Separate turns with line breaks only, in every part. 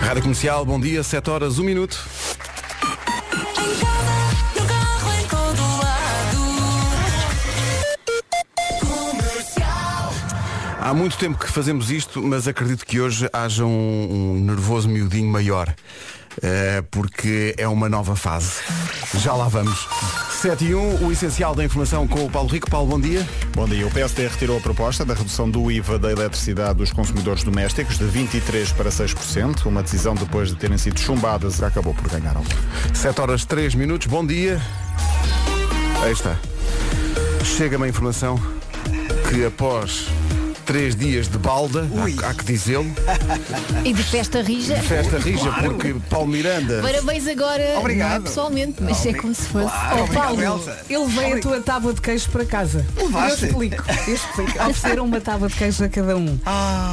Rádio Comercial, bom dia, 7 horas, 1 minuto. Há muito tempo que fazemos isto, mas acredito que hoje haja um, um nervoso miudinho maior. eh, porque é uma nova fase. Já lá vamos. 7 e 1, o essencial da informação com o Paulo Rico. Paulo, bom dia.
Bom dia. O PSD retirou a proposta da redução do IVA da eletricidade dos consumidores domésticos de 23% para 6%, uma decisão depois de terem sido chumbadas que acabou por ganhar algum.
7 horas 3 minutos, bom dia. Aí está. Chega-me a informação que após 3 dias de balda, há, há que dizê-lo,
E de festa rija.
festa rija, porque Paulo Miranda.
Parabéns agora,
Obrigado.
não é pessoalmente, mas é como se fosse.
Ah,
Claro,
Oh, Paulo,
obrigado, Elsa.
Ele veio a tua tábua de queijo para casa.
Levaste?
Eu explico. Eu explico.
Ah.
Ofereceram uma tábua de queijo a cada um.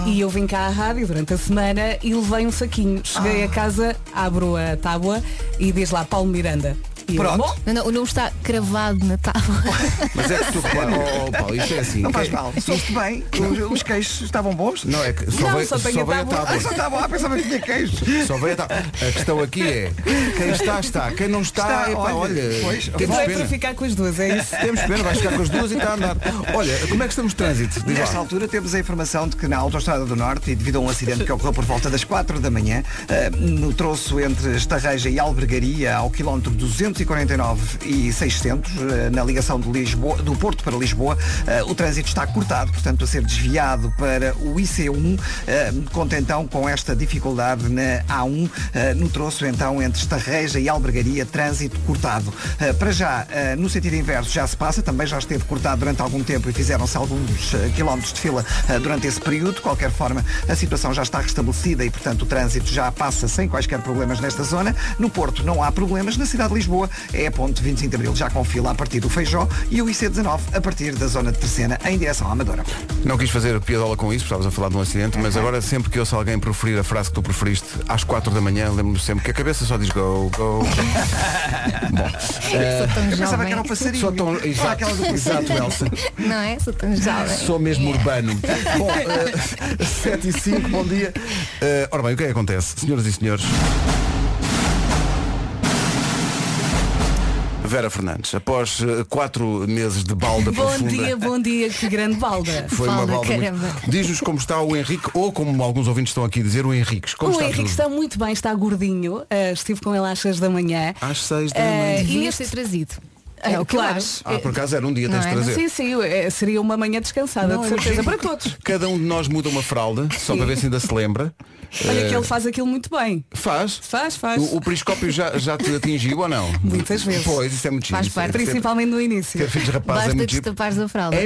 E eu vim cá à rádio durante a semana e levei um saquinho.
Ah.
Cheguei a casa, abro a tábua e diz lá Paulo Miranda. E eu,
Pronto.
"Bom,
Não, não, o nome está cravado na tábua.
Mas é que tu, repara, oh, oh, Paulo, isto é assim.
Não faz
quem-
mal. Soube-te bem. Os, os queixos estavam bons.
Não é que só
Não,
veio,
só tenho a
veio a
tábua.
tábua.
Ah, só estava lá, pensava que tinha queixos.
Só veio a tábua. A questão aqui é, quem está, está. Quem não está,
Está,
epá,
olha,
Ah, olha,
pois,
temos
Vai é para
pena.
ficar com as duas, é isso.
Temos pena, vai ficar com as duas e está a andar. Olha, como é que estamos de trânsito? Diz
Nesta
lá.
altura temos a informação de que na Autostrada do Norte, e devido a um acidente que ocorreu por volta das 4 da manhã, eh, no troço entre Estarreja e Albergaria, ao quilómetro 249 e 600, eh, na ligação de Lisboa- do Porto para Lisboa, eh, o trânsito está cortado, portanto a ser desviado para o IC1, eh, conta então com esta dificuldade na A1, eh, no troço então entre Estarreja e Albergaria, trânsito cortado. Eh, Para já, eh, no sentido inverso, já se passa, também já esteve cortado durante algum tempo e fizeram-se alguns eh, quilómetros de fila eh, durante esse período. De qualquer forma, a situação já está restabelecida e, portanto, o trânsito já passa sem quaisquer problemas nesta zona. No Porto não há problemas, na cidade de Lisboa é a ponte 25 de Abril, já com fila a partir do Feijó e o IC19 a partir da zona de Terceira em direção à Amadora.
Não quis fazer piadola com isso, porque estavas a falar de um acidente, mas agora sempre que ouço alguém proferir a frase que tu preferiste às 4 da manhã, lembro-me sempre que a cabeça só diz go, eh, go.
Sou tão
Eu pensava
jovem.
que era o passarinho.
Só É, tão-
Ah,
exato,
aquela do
exato, Elsa.
Não é? Sou tão jovem.
Sou mesmo urbano. Bom, eh, 7 e 5, bom dia. Eh, ora bem, o que é que acontece? Senhoras e senhores. Vera Fernandes, após eh, quatro meses de balda
Bom
profunda.
dia, bom dia, que grande balda.
Foi uma
Fala,
balda
caramba.
muito... Diz-nos como está o Henrique, ou como alguns ouvintes estão aqui a dizer, o Henriques. Como
o
está
Henrique
tudo?
está muito bem, está gordinho. Ah, estive com ele às 6 da manhã.
Às 6 da manhã.
Ah, e
Devias
este
ter trazido. É,
Ah,
que eu
claro.
acho.
Ah, por acaso era um dia,
Não
tens de
é?
trazer.
Sim, sim, eh, seria uma manhã descansada, de certeza, para todos.
Cada um de nós muda uma fralda, só para ver se ainda se lembra.
Olha
Eh,
que ele faz aquilo muito bem.
Faz.
Faz, faz.
O, o periscópio já, já te atingiu ou não?
Muitas vezes.
Pois, isso é muito giro.
Faz
Isso é-
parte.
ter-
Principalmente no início.
Ter filhos rapazes é
Basta
muito giro.
destapares a fralda.
É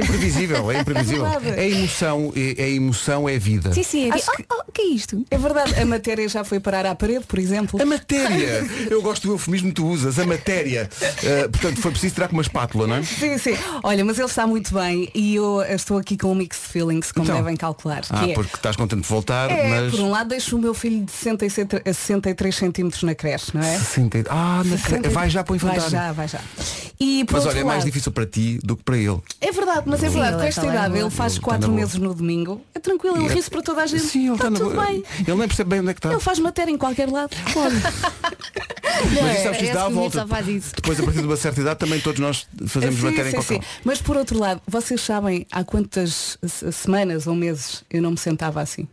imprevisível, é imprevisível.
É verdade.
É emoção, é, é emoção, é vida.
Sim, sim, é
Acho
de-
que-
Oh, oh, o que é isto?
É verdade, a matéria já foi parar à parede, por exemplo.
A matéria. Eu gosto do eufemismo que tu usas, a matéria. Eh, portanto, foi preciso tirar com uma espátula, não é?
Sim, sim. Olha, mas ele está muito bem e eu estou aqui com um mix de feelings, como
Então.
devem calcular.
Ah,
que é,
porque estás contente de voltar,
é,
mas.
por um lado deixo o meu filho de 67 a 63 centímetros na creche, não é?
60 Ah, na cre- vai já para o infantário.
Vai já, vai já. E por
Mas
outro
olha, é mais
lado-
difícil para ti do que para ele.
É verdade, mas é
Sim,
verdade,
ele
com esta
está lá na
idade
boa.
ele faz
Ele está
quatro
na boa.
meses no domingo. É tranquilo, ele
E é-
ri-se para toda a gente.
Sim, ele
está,
na
tudo
boa.
bem.
Eh, Ele nem percebe bem onde é que está.
Ele faz matéria em qualquer lado. É
Mas isso sabes que
Parece
isso dá a
que o miúdo
volta.
só faz isso.
Depois, a partir de uma certa idade, também todos nós fazemos
Sim,
matéria em
sim,
qualquer
sim.
lado.
Mas por outro lado, vocês sabem há quantas se- semanas ou meses eu não me sentava assim?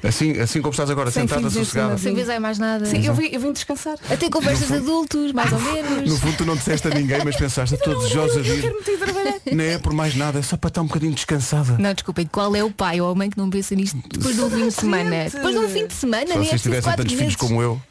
Assim, assim como estás agora,
Sem
sentada,
filhos em
sossegada.
cima
Sem vezes mais nada.
Sim, eu vim, eu vim descansar.
Até conversas de adultos, mais ou menos.
No fundo, tu não disseste a ninguém, mas pensaste todos
Eu,
os a
eu
vir.
quero-me ir trabalhar.
Não é por mais nada, é só para estar um bocadinho descansada.
Não, desculpem, qual é o pai ou a mãe que não pensa nisto depois de um fim de semana?
Gente.
Depois de um fim de semana,
Se
nem é
vocês
preciso
tivessem
quatro
tantos filhos
meses.
como eu,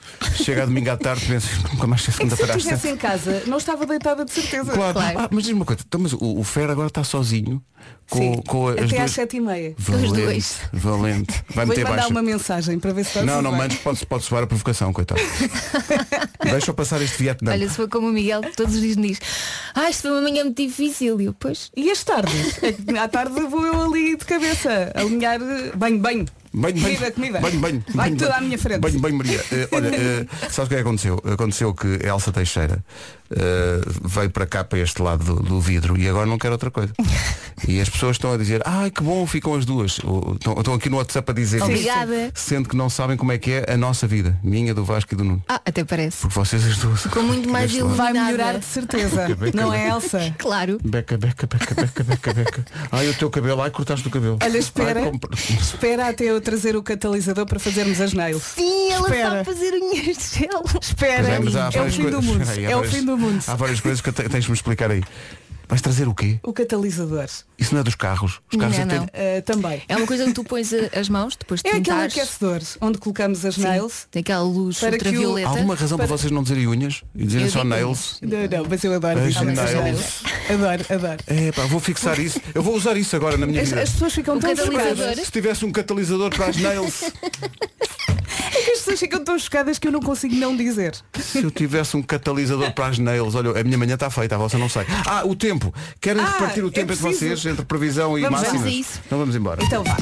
chega a domingo à tarde, pensas, nunca mais sei
É que se eu
segunda-feira às
estivesse em casa, não estava deitada de certeza.
Claro.
Claro.
Ah, mas diz-me uma coisa, então, mas o, o Fer agora está sozinho com,
Sim.
com as
Até
duas...
às sete e meia.
os
Valente,
dois.
valente. Vai
Vou
meter
mandar
baixo.
uma mensagem para ver se está
Não,
tudo
não
bem.
mandes, pode, pode soar a provocação, coitado. Deixa eu passar este Vietnã.
Olha, se foi como o Miguel que todos os dias me diz, ah, isto foi uma manhã muito difícil. E eu, pois,
E às tardes? É que à tarde vou eu ali de cabeça, alinhar eh, banho, banho.
Banho, banho,
Comida, comida.
banho, banho,
Vai
banho,
tudo
banho.
à minha frente.
Banho, banho, Maria. Eh, olha, eh, sabes o que é que aconteceu? Aconteceu que a Elsa Teixeira eh, veio para cá, para este lado do, do vidro, e agora não quer outra coisa. E as pessoas estão a dizer, ai que bom, ficam as duas. Ou- Estão estão aqui no WhatsApp a dizer isso,
Obrigada.
Sendo que não sabem como é que é a nossa vida, minha, do Vasco e do Nuno.
Ah, até parece.
Porque vocês as duas.
Ficou muito mais
Deste lado.
iluminado.
Vai
Nada.
melhorar de certeza. não é, Elsa?
Claro.
Beca, beca, beca, beca, beca, beca. Ai, o teu cabelo, ai, cortaste o cabelo.
Olha, espera.
Ai, compra-
Espera até eu trazer o catalisador para fazermos as nails.
Sim, ela
Espera.
sabe fazer
um
unhas dela.
Espera,
Pois é, mas há
é o
várias
fim do
coisas-
mundo.
Espera aí, há
É o
várias-
fim do mundo.
Há várias coisas que eu te- tens de me explicar aí. Vais trazer o quê?
O catalisador
Isso não é dos carros. Os carros
Não,
até-
não.
ah, também.
É uma coisa onde tu pões a- as mãos, depois de
É aquele
pintares.
aquecedor onde colocamos as
Sim,
nails.
Tem aquela luz
Para que o-
Há
ultravioleta.
alguma razão para vocês não dizerem unhas e dizerem
Eu
só
digo
nails?
Não, não, mas eu adoro
As
isso.
nails.
Adoro, adoro.
É pá, vou fixar isso. Eu vou usar isso agora na minha
As,
vida.
as pessoas ficam
O
tão
catalisador.
chocadas.
Se tivesse um catalisador para as nails,
É que as pessoas ficam tão chocadas que eu não consigo não dizer.
se eu tivesse um catalisador para as nails, olha, a minha manhã está feita, a vossa não sei. Ah, o tempo. Querem
Ah,
repartir o
é
tempo entre
preciso.
vocês, entre previsão e
Vamos lá.
máximas?
Vamos a isso.
Então vamos embora.
Então vá.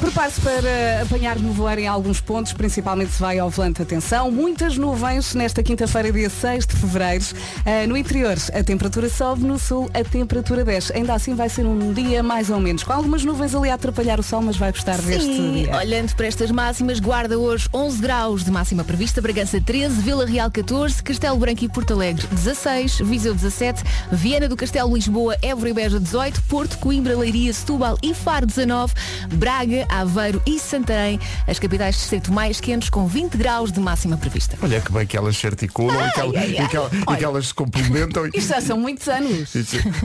Prepare-se para apanhar nevoeiro em alguns pontos, principalmente se vai ao volante. Atenção, muitas nuvens nesta quinta-feira, dia 6 de fevereiro. Ah, no interior, a temperatura sobe, no sul, a temperatura desce. Ainda assim, vai ser um dia mais ou menos. Com algumas nuvens ali a atrapalhar o sol, mas vai gostar deste
Sim,
dia.
olhando para estas máximas, Guarda hoje 11 graus de máxima prevista, Bragança 13, Vila Real 14, Castelo Branco e Porto Alegre 16, Viseu 17, Viana do Castelo, Lisboa, Évora e Beja 18, Porto, Coimbra, Leiria, Setúbal e Faro 19, Braga, Aveiro e Santarém, as capitais de distrito mais quentes com 20 graus de máxima prevista.
Olha que bem que elas se articulam e, que elas,
ai, ai.
e que elas- e que elas se complementam. e-
Isto já são muitos anos.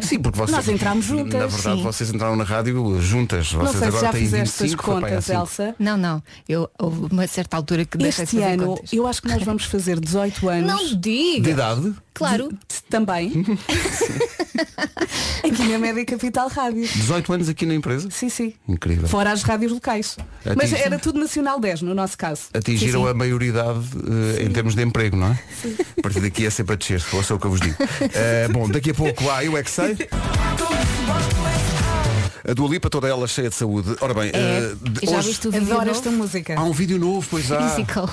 Sim, porque vocês.
Nós entramos juntas,
Na verdade,
sim.
vocês entraram na rádio uh, juntas. Vocês
Não sei se
agora
já
têm
fizeste as
25, foi para aí há
contas,
cinco. assim,
Elsa.
Não, não, eu houve uma certa altura que deixei de
Este
fazer
ano,
contas.
eu acho que nós vamos fazer 18 anos.
Não
De
diga!
idade?
Claro,
Também. Aqui na Média Capital Rádio.
18 anos aqui na empresa?
Sim, sim.
Incrível.
Fora as rádios locais.
Atinge-
Mas era tudo Nacional 10, no nosso caso.
Atingiram a maioridade eh, em termos de emprego, não é? A partir daqui é sempre a descer, ou sou o que eu vos digo. Eh, bom, daqui a pouco há Eu É Que Sei. A Dua Lipa, toda ela cheia de saúde. Ora bem,
É.
eh, de-
já
hoje
viste o vídeo
Adoro
novo?
esta música.
há um vídeo novo, pois há.
Physical.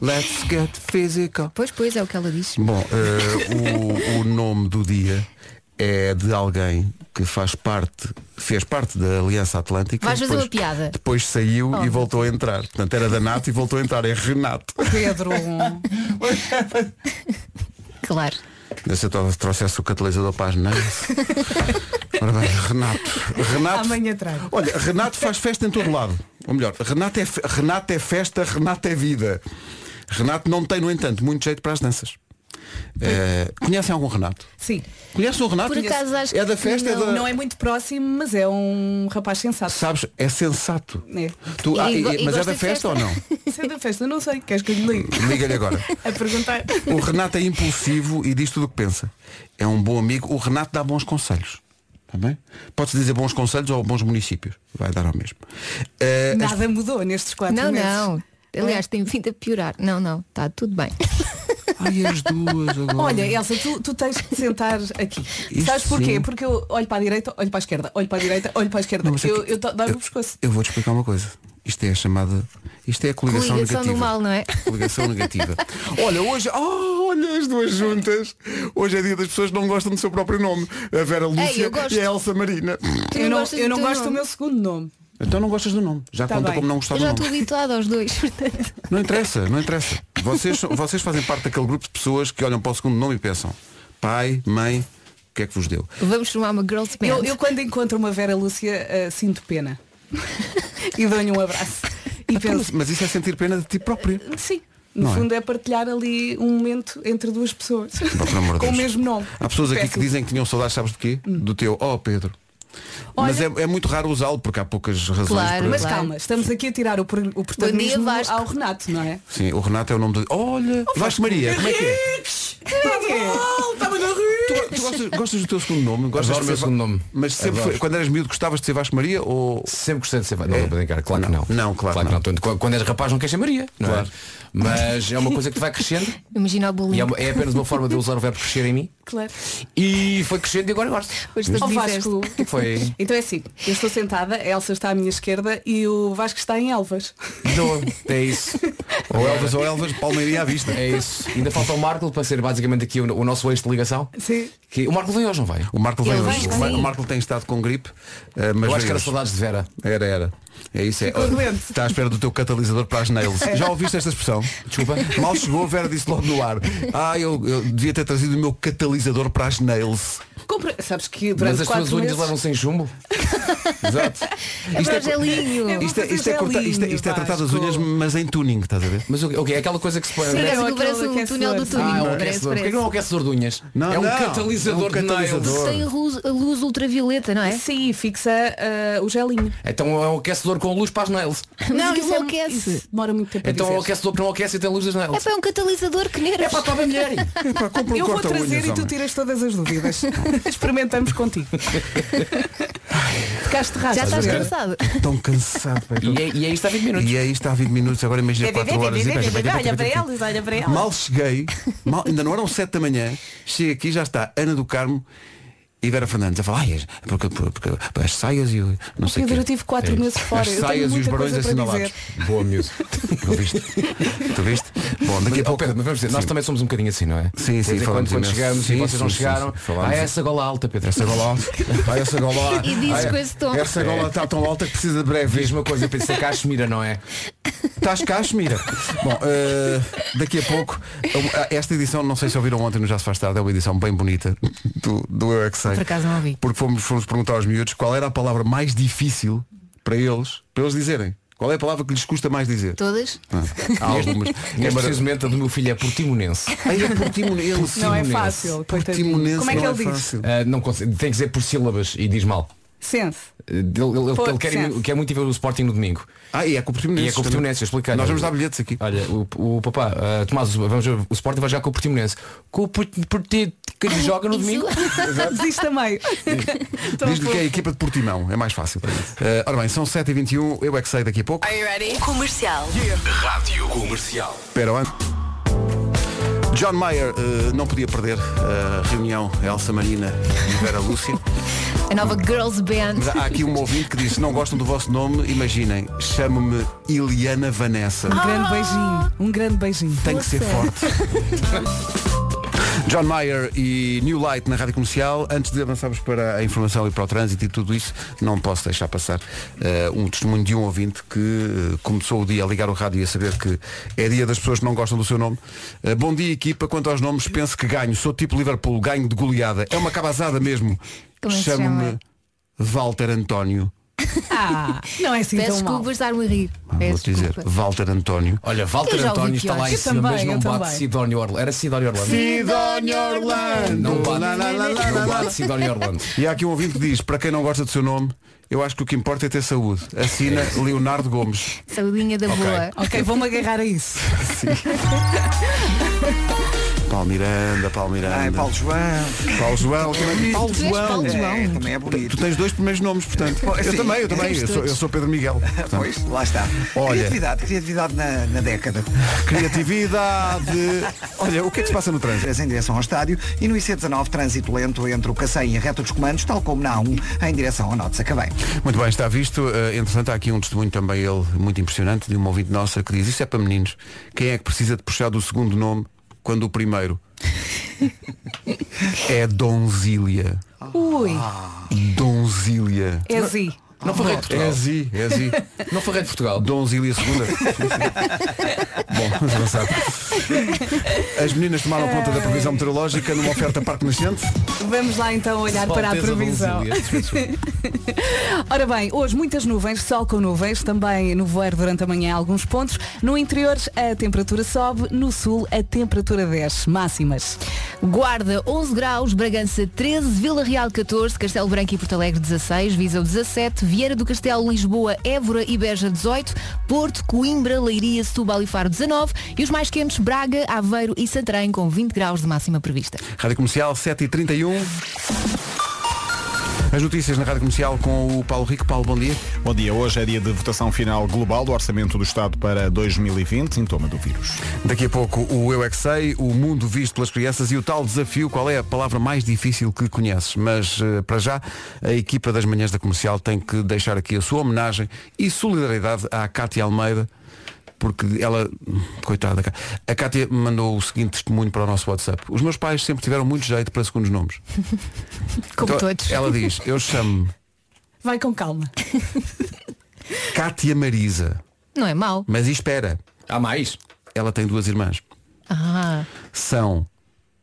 Let's get physical.
Pois, pois, é o que ela diz.
Bom, eh, o, o nome do dia é de alguém que faz parte, fez parte da Aliança Atlântica.
Vais fazer uma piada.
Depois saiu e voltou a entrar. Portanto, era da Nato e voltou a entrar. É Renato.
Pedro. um-
Claro.
Se eu to- trouxesse o catalisador para as neiras. é? Ora bem, Renato. Renato.
Amanhã trago.
Olha, Renato faz festa em todo lado. Ou melhor, Renato é, fe- Renato é festa, Renato é vida. Renato não tem, no entanto, muito jeito para as danças. Eh, conhecem algum Renato?
Sim.
Conhece o Renato?
Por acaso acho
é da
que
festa? é da...
Não é muito próximo, mas é um rapaz sensato.
Sabes, é sensato.
É.
Tu- ah,
E
e-
go- e
mas é
gosta
da
de
festa,
festa?
ou não?
Se é da festa, não sei. Queres que eu lhe ligue?
Liga-lhe agora.
A perguntar.
O Renato é impulsivo e diz tudo o que pensa. É um bom amigo. O Renato dá bons conselhos. Está bem? Pode-se dizer bons conselhos ou bons municípios. Vai dar ao mesmo. Eh,
Nada mudou nestes quatro
Não,
meses.
não. Aliás, tem vindo a piorar. Não, não, está tudo bem.
Ai, as duas agora.
Olha, Elsa, tu, tu tens de te sentar aqui.
Isto
Sabes porquê?
sim.
Porque eu olho para a direita, olho para a esquerda, olho para a direita, olho para a esquerda.
Não, mas é
eu
que-
eu to- dói-me o pescoço.
Eu vou-te explicar uma coisa. Isto é a chamada. Isto é a coligação,
Coligação do
negativa.
mal, não é?
Coligação negativa. Olha, hoje. Oh, olha as duas juntas. Hoje é dia das pessoas que não gostam do seu próprio nome. A Vera Lúcia
eu gosto.
e a Elsa Marina.
Tu
Eu não,
gostas
eu não
teu
gosto do
nome.
meu segundo nome.
Então não gostas do nome. Já
Tá
conta
bem.
como não
Eu
gostar do
já
nome.
estou habituada aos dois. portanto.
Não interessa, não interessa. Vocês, são- vocês fazem parte daquele grupo de pessoas que olham para o segundo nome e pensam pai, mãe, o que é que vos deu?
Vamos formar uma girls band.
Eu, eu quando encontro uma Vera Lúcia eh, sinto pena. e dou-lhe um abraço.
Então,
E
Mas,
penso,
mas isso é sentir pena de ti própria.
sim. No
Não é?
fundo é partilhar ali um momento entre duas pessoas.
Pá, pelo amor de
Com o
Deus.
mesmo nome.
Há pessoas aqui que
Péssimo. Hum.
dizem que tinham saudades, sabes de quê? Do teu, oh Pedro. Mas é, é muito raro usá-lo porque há poucas razões
Claro,
para.
Mas
Claro.
calma, estamos aqui a tirar o, pro- o protagonismo
Vasco.
ao Renato, não é?
Sim, o
Oh,
Renato é o nome do. Olha! Vasco Maria, como é que é?
Está de volta, Maria.
Tu, tu gostas, gostas do teu segundo nome? Gostas
Adoro
de
o meu
ser-
segundo nome.
Mas sempre
Adoro.
foi- quando eras miúdo gostavas de ser Vasco Maria ou É.
Sempre gostei de ser. Não, vou brincar, claro que
Não.
não.
Não, claro
que
não.
não. Portanto, Quando és rapaz, não queres ser Maria, não
Claro.
é? Mas é uma coisa que vai crescendo
Imagina o bullying.
e é, uma- é apenas uma forma de eu usar o verbo crescer em mim.
Claro.
E foi crescendo e agora gosto.
Pois tu
Ó
disseste.
Vasco.
O que foi?
Então é assim, eu estou sentada, a Elsa está à minha esquerda e o Vasco está em Elvas.
Dou. É isso.
ou Elvas ou Elvas, Palmeirinha à vista?
É isso. Ainda falta o Marco para ser basicamente aqui o, o nosso eixo de ligação.
Sim.
Que, o Marco vem hoje, não vai?
O Marco vem
Ele vai
hoje. O
estar
Mar-
aí.
O Marco tem estado com gripe, eh, mas
Eu acho
veio
que era
hoje.
saudades de Vera.
Era, era. É isso, é. Está à espera do teu catalisador para as nails.
É.
Já ouviste esta expressão?
Desculpa.
Mal chegou, a Vera disse logo no ar. Ah, eu, eu devia ter trazido o meu catalisador para as nails.
Compre... Sabes que
Mas
durante
as tuas
quatro
unhas
meses...
levam sem chumbo.
Exato.
É para o gelinho.
Eu vou
Isto é,
fazer
isto é, cortar- isto é- isto é
gelinho,
tratar das
Vasco.
unhas, mas em tuning, estás a ver?
Mas o que é aquela coisa que se põe.
Por acaso,
Não,
aquilo parece
aquele
um túnel do
aquecedor.
túnel.
Ah, é um
parece,
aquecedor. Porquê que
parece.
não é um aquecedor de unhas?
Não,
é um
não.
catalisador
É um
de nails.
catalisador.
Sem luz, luz ultravioleta, não é?
Sim, fixa ah, o gelinho.
Então é um aquecedor com luz para as nails.
Não,
Mas
isso
é-
aquece.
isso demora muito tempo
Então é
a
um
dizer.
aquecedor que não aquece e tem luz das
É
nails.
para um catalisador que nervos.
É para a tua mulher.
Epá, compra um
Eu vou
corta-unhas,
trazer e tu
homem.
tiras todas as dúvidas. Experimentamos contigo. Ficaste de
Já
rastro.
estás cansado.
Tão cansado. pá, tão-
E, é- e aí está 20 minutos.
E aí está há 20 minutos, agora
É,
imagina 4 horas. e-
Olha para eles, olha para eles.
Mal cheguei, mal- ainda não eram 7 da manhã, chego aqui já está Ana do Carmo e Vera Fernandes a falar, "Ai, as- porque, porque- porque as saias e o não sei
Pedro,
quê."
eu tive quatro meses fora,
As
eu tenho
saias e os
muita
barões assim
coisa para
assinalados.
Boa miúdo.
Tu viste? Tu viste? Bom, daqui a
Mas, oh,
pouco.
Pedro, mas vamos dizer, nós também somos um bocadinho assim, não é?
Sim,
Quer
sim,
dizer,
falamos
quando, quando
imenso.
chegamos
Sim,
e vocês não
sim, sim,
chegaram.
sim, falamos.
ah, essa gola alta, "Ah, Pedro.
Essa gola alta. Ai, essa gola alta.
E
Ah, é.
dizes
Ai,
com esse tom.
Essa gola está tão alta que precisa de breve.
Diz uma coisa, eu pensei cachemira, não é?
Estás Cachemira. Bom, eh, daqui a pouco, eh, esta edição, não sei se ouviram ontem no Já se faz tarde, é uma edição bem bonita do, do Eu é que sei.
Por acaso não ouvi.
Porque fomos, fomos perguntar aos miúdos qual era a palavra mais difícil para eles, para eles dizerem. Qual é a palavra que lhes custa mais dizer?
Todas?
Ah, há algumas.
Neste preciso momento a do meu filho é portimonense.
Ai, é portimonense.
Não é fácil,
Portimonense
coitadinho. Como é que
não
ele diz?
fácil.
Ah, não consegue, tem que dizer por sílabas e diz mal.
Sense.
Ah, Ele, ele- ele
Pô,
quer,
certo.
quer muito ir ver o Sporting no domingo.
Ah, e é com o Portimonense.
E é com o Portimonense, eu expliquei.
Nós vamos dar bilhetes aqui.
Olha, o, o papá, ah, Tomás, vamos ver, o Sporting vai jogar com o Portimonense. Com o Porti- Porti que joga no domingo.
Diz também. é Tão
Diz-lhe
fofo.
que é a equipa de Portimão, é mais fácil. Eh, ora bem, são 7h21, eu é que sei daqui a pouco.
Comercial.
Pero antes. um John Mayer eh, não podia perder eh, a reunião Elsa Marina e Vera Lúcia.
A nova Girls Band.
Mas há aqui um ouvinte que disse, não gostam do vosso nome, imaginem, chamo-me Iliana Vanessa.
Um grande beijinho. Um grande beijinho.
Tem que ser forte. John Mayer e New Light na Rádio Comercial. Antes de avançarmos para a informação e para o trânsito e tudo isso, não posso deixar passar eh, um testemunho de um ouvinte que eh, começou o dia a ligar o rádio e a saber que é dia das pessoas que não gostam do seu nome. Eh, bom dia, equipa. Quanto aos nomes, penso que ganho. Sou tipo Liverpool, ganho de goleada. É uma cabazada mesmo.
Como é que se
Chamo-me
chama?
Walter António.
Ah, não é assim
Peço
tão mal.
desculpa estar-me a rir. Peço
Vou-te dizer,
desculpa.
Walter António.
Olha, Walter
Eu já ouvi
António está
piores.
lá em
Eu
cima,
também,
mas não
eu
um bate
também.
Sidónio Orlando. Era Sidónio Orlando.
Sidónia Orlando.
Não bate.
Lá, lá, lá, lá, lá,
Não
lá.
bate Sidónio Orlando.
E há aqui um ouvinte que diz, para quem não gosta do seu nome, eu acho que o que importa é ter saúde. Assina Leonardo Gomes.
Saudinha da boa.
é? Ok, vou-me agarrar a isso.
Paulo Miranda, Paulo Miranda.
Ai, Paulo João.
Paulo João. também- Paulo
Tu és
João.
Paulo João.
É, também é
Tu
bonito.
tens dois primeiros nomes, portanto.
Pois,
Eu
sim.
também, eu também. Eu sou, eu sou Pedro Miguel. portanto.
Pois, lá está.
Olha.
Criatividade, criatividade na, na década.
Criatividade. Olha, o que é que se passa no trânsito?
Em direção ao estádio e no IC19 trânsito lento entre o Cacém e a reta dos comandos, tal como na A1 em direção ao Norte de Sacavém.
Muito bem, está visto. Eh, entretanto, há aqui um testemunho também, ele, muito impressionante, de uma ouvinte nossa que diz, isso é para meninos. Quem é que precisa de puxar do segundo nome quando o primeiro é Donzília?
Ui,
Donzília.
é Zi.
Ah. Não foi rei de Portugal.
É Zi, é Zi.
Não foi rei de Portugal.
Donzília segunda. Bom, vamos avançar. As meninas tomaram conta da previsão meteorológica numa oferta Parque Nascente.
Vamos lá então olhar para a
Malteza
previsão.
Donzília.
Ora bem, hoje muitas nuvens, sol com nuvens, também no voeiro durante a manhã em alguns pontos. No interior a temperatura sobe, no sul a temperatura desce, máximas. um-
Guarda 11 graus, Bragança 13, Vila Real 14, Castelo Branco e Porto Alegre 16, Viseu 17, Vieira do Castelo, Lisboa, Évora e Beja 18, Porto, Coimbra, Leiria, Setúbal e Faro 19 e os mais quentes Braga, Aveiro e Santarém com 20 graus de máxima prevista.
Rádio Comercial 7h31. As notícias na Rádio Comercial com o Paulo Rico. Paulo, bom dia.
Bom dia, hoje é dia de votação final global do Orçamento do Estado para 2020, sintoma do vírus.
Daqui a pouco o Eu É Que Sei, o mundo visto pelas crianças e o tal desafio, qual é a palavra mais difícil que conheces. Mas eh, para já, a equipa das manhãs da comercial tem que deixar aqui a sua homenagem e solidariedade à Cátia Almeida. Porque ela, coitada, cá. a Cátia mandou o seguinte testemunho para o nosso WhatsApp. Os meus pais sempre tiveram muito jeito para segundos nomes.
Como
Então,
todos.
Ela diz, eu chamo
Vai com calma.
Cátia Marisa.
Não é mau.
Mas espera,
Há mais?
ela tem duas irmãs.
Ah,
São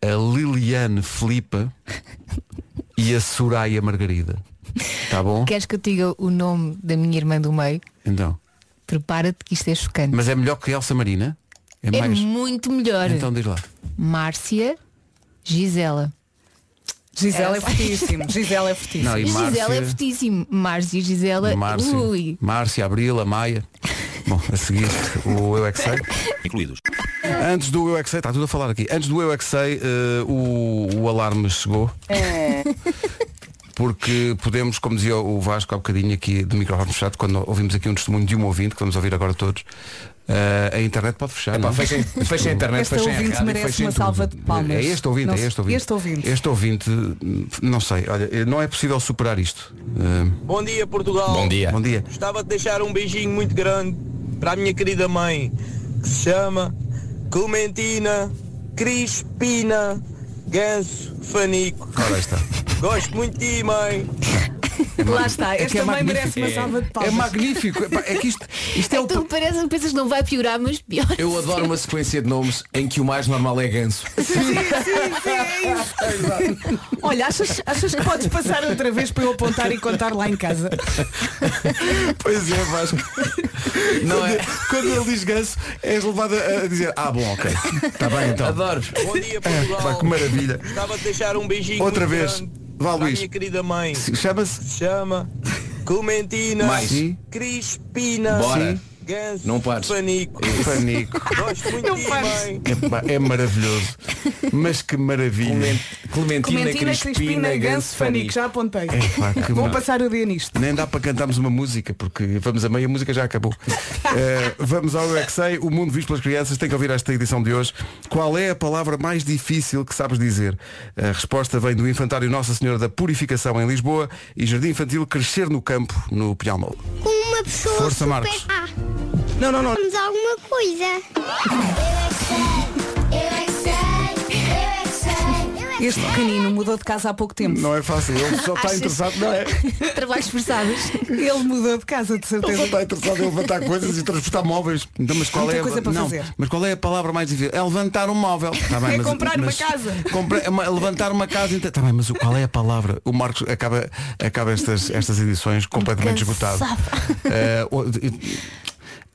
a Liliane Filipa e a Soraya Margarida. Tá bom?
queres que eu te diga o nome da minha irmã do meio?
Então.
Prepara-te que isto é chocante.
Mas é melhor que Elsa Marina? É,
é
mais.
muito melhor.
Então diz lá.
Márcia Gisela.
Gisela é fortíssimo. Gisela é fortíssimo.
Não, e
Gisela é
Márcia,
fortíssimo. Márcia Gisela.
Márcia,
Ui.
Márcia Abril, a Maia. Bom, a seguir o Eu é Que Sei.
incluídos.
Antes do Eu é Que Sei, está tudo a falar aqui. Antes do Eu é Que Sei, eh, o, o alarme chegou.
É.
Porque podemos, como dizia o Vasco há bocadinho aqui do microfone fechado, quando ouvimos aqui um testemunho de um ouvinte, que vamos ouvir agora todos, eh, a internet pode fechar.
Pá,
não?
fechem, fechem a internet,
Este
fechem a
ouvinte
rádio,
merece
fechem
uma
tudo.
salva de palmas.
É este ouvinte,
Não
é
se-
este ouvinte.
Este ouvinte.
Este ouvinte, hum, não sei, olha, não é possível superar isto. Eh,
Bom dia, Portugal.
Bom dia.
bom dia.
Gostava de deixar um beijinho muito grande para a minha querida mãe, que se chama Clementina Crispina Ganso Fanico.
Ora está.
Gosto muito de ti, mãe.
Lá está. Este
é
também merece
magnífico.
uma salva de
É
palmas.
magnífico. Epá, É que isto, isto é o.
Então parece que pensas que não vai piorar, mas pior.
Eu adoro uma sequência de nomes em que o mais normal é ganso. é
Olha, achas, achas que podes passar outra vez para eu apontar e contar lá em casa?
Pois é, Vasco.
Não é?
Quando ele diz ganso, és levado a a dizer, ah bom, ok. Está bem então. Ah,
Adoro.
Bom dia,
Pá,
Portugal.
que maravilha.
Gostava de deixar um beijinho
Outra
muito
vez.
grande
Vá,
para a
Luís.
minha querida mãe, que
Chama-se.
se chama Clementina
Mais.
Sim.
Crispina
Bora.
Ganso
Não pares.
Fanico.
Panico.
Gosto muito de ti, mãe.
Epá, é maravilhoso. Mas que maravilha.
Clementina,
Clementina, Crispina, Ganso, Fanico. Já apontei.
Epá, É, que
Vou
mar-
passar o dia nisto.
Nem dá para cantarmos uma música, porque vamos a meio, a música já acabou. Eh, vamos ao Eu É Que Sei, o mundo visto pelas crianças, tem que ouvir esta edição de hoje. Qual é a palavra mais difícil que sabes dizer? A resposta vem do Infantário Nossa Senhora da Purificação em Lisboa e Jardim Infantil Crescer no Campo, no Pinhalmol.
Uma pessoa
Força,
super...
Marcos.
Ah,
Não, não, não.
vamos a alguma coisa. Eu é que sei, eu é que sei, eu é que sei.
Este pequenino mudou de casa há pouco tempo.
Não é fácil, ele só está
Achas?
interessado, não é?
Trabalhos forçados.
Ele tá mudou de casa, de
Ele só
certeza.
está interessado em levantar coisas e transportar móveis. Então, mas, qual
Muita
é, a-
coisa para
não,
fazer.
mas qual é a palavra mais difícil? É levantar um móvel. Tá bem,
É comprar uma casa.
compra- é uma- levantar uma casa. Está bem, mas o- qual é a palavra? O Marcos acaba, acaba estas, estas edições completamente esgotado.
Cansado.
Eh, o- e-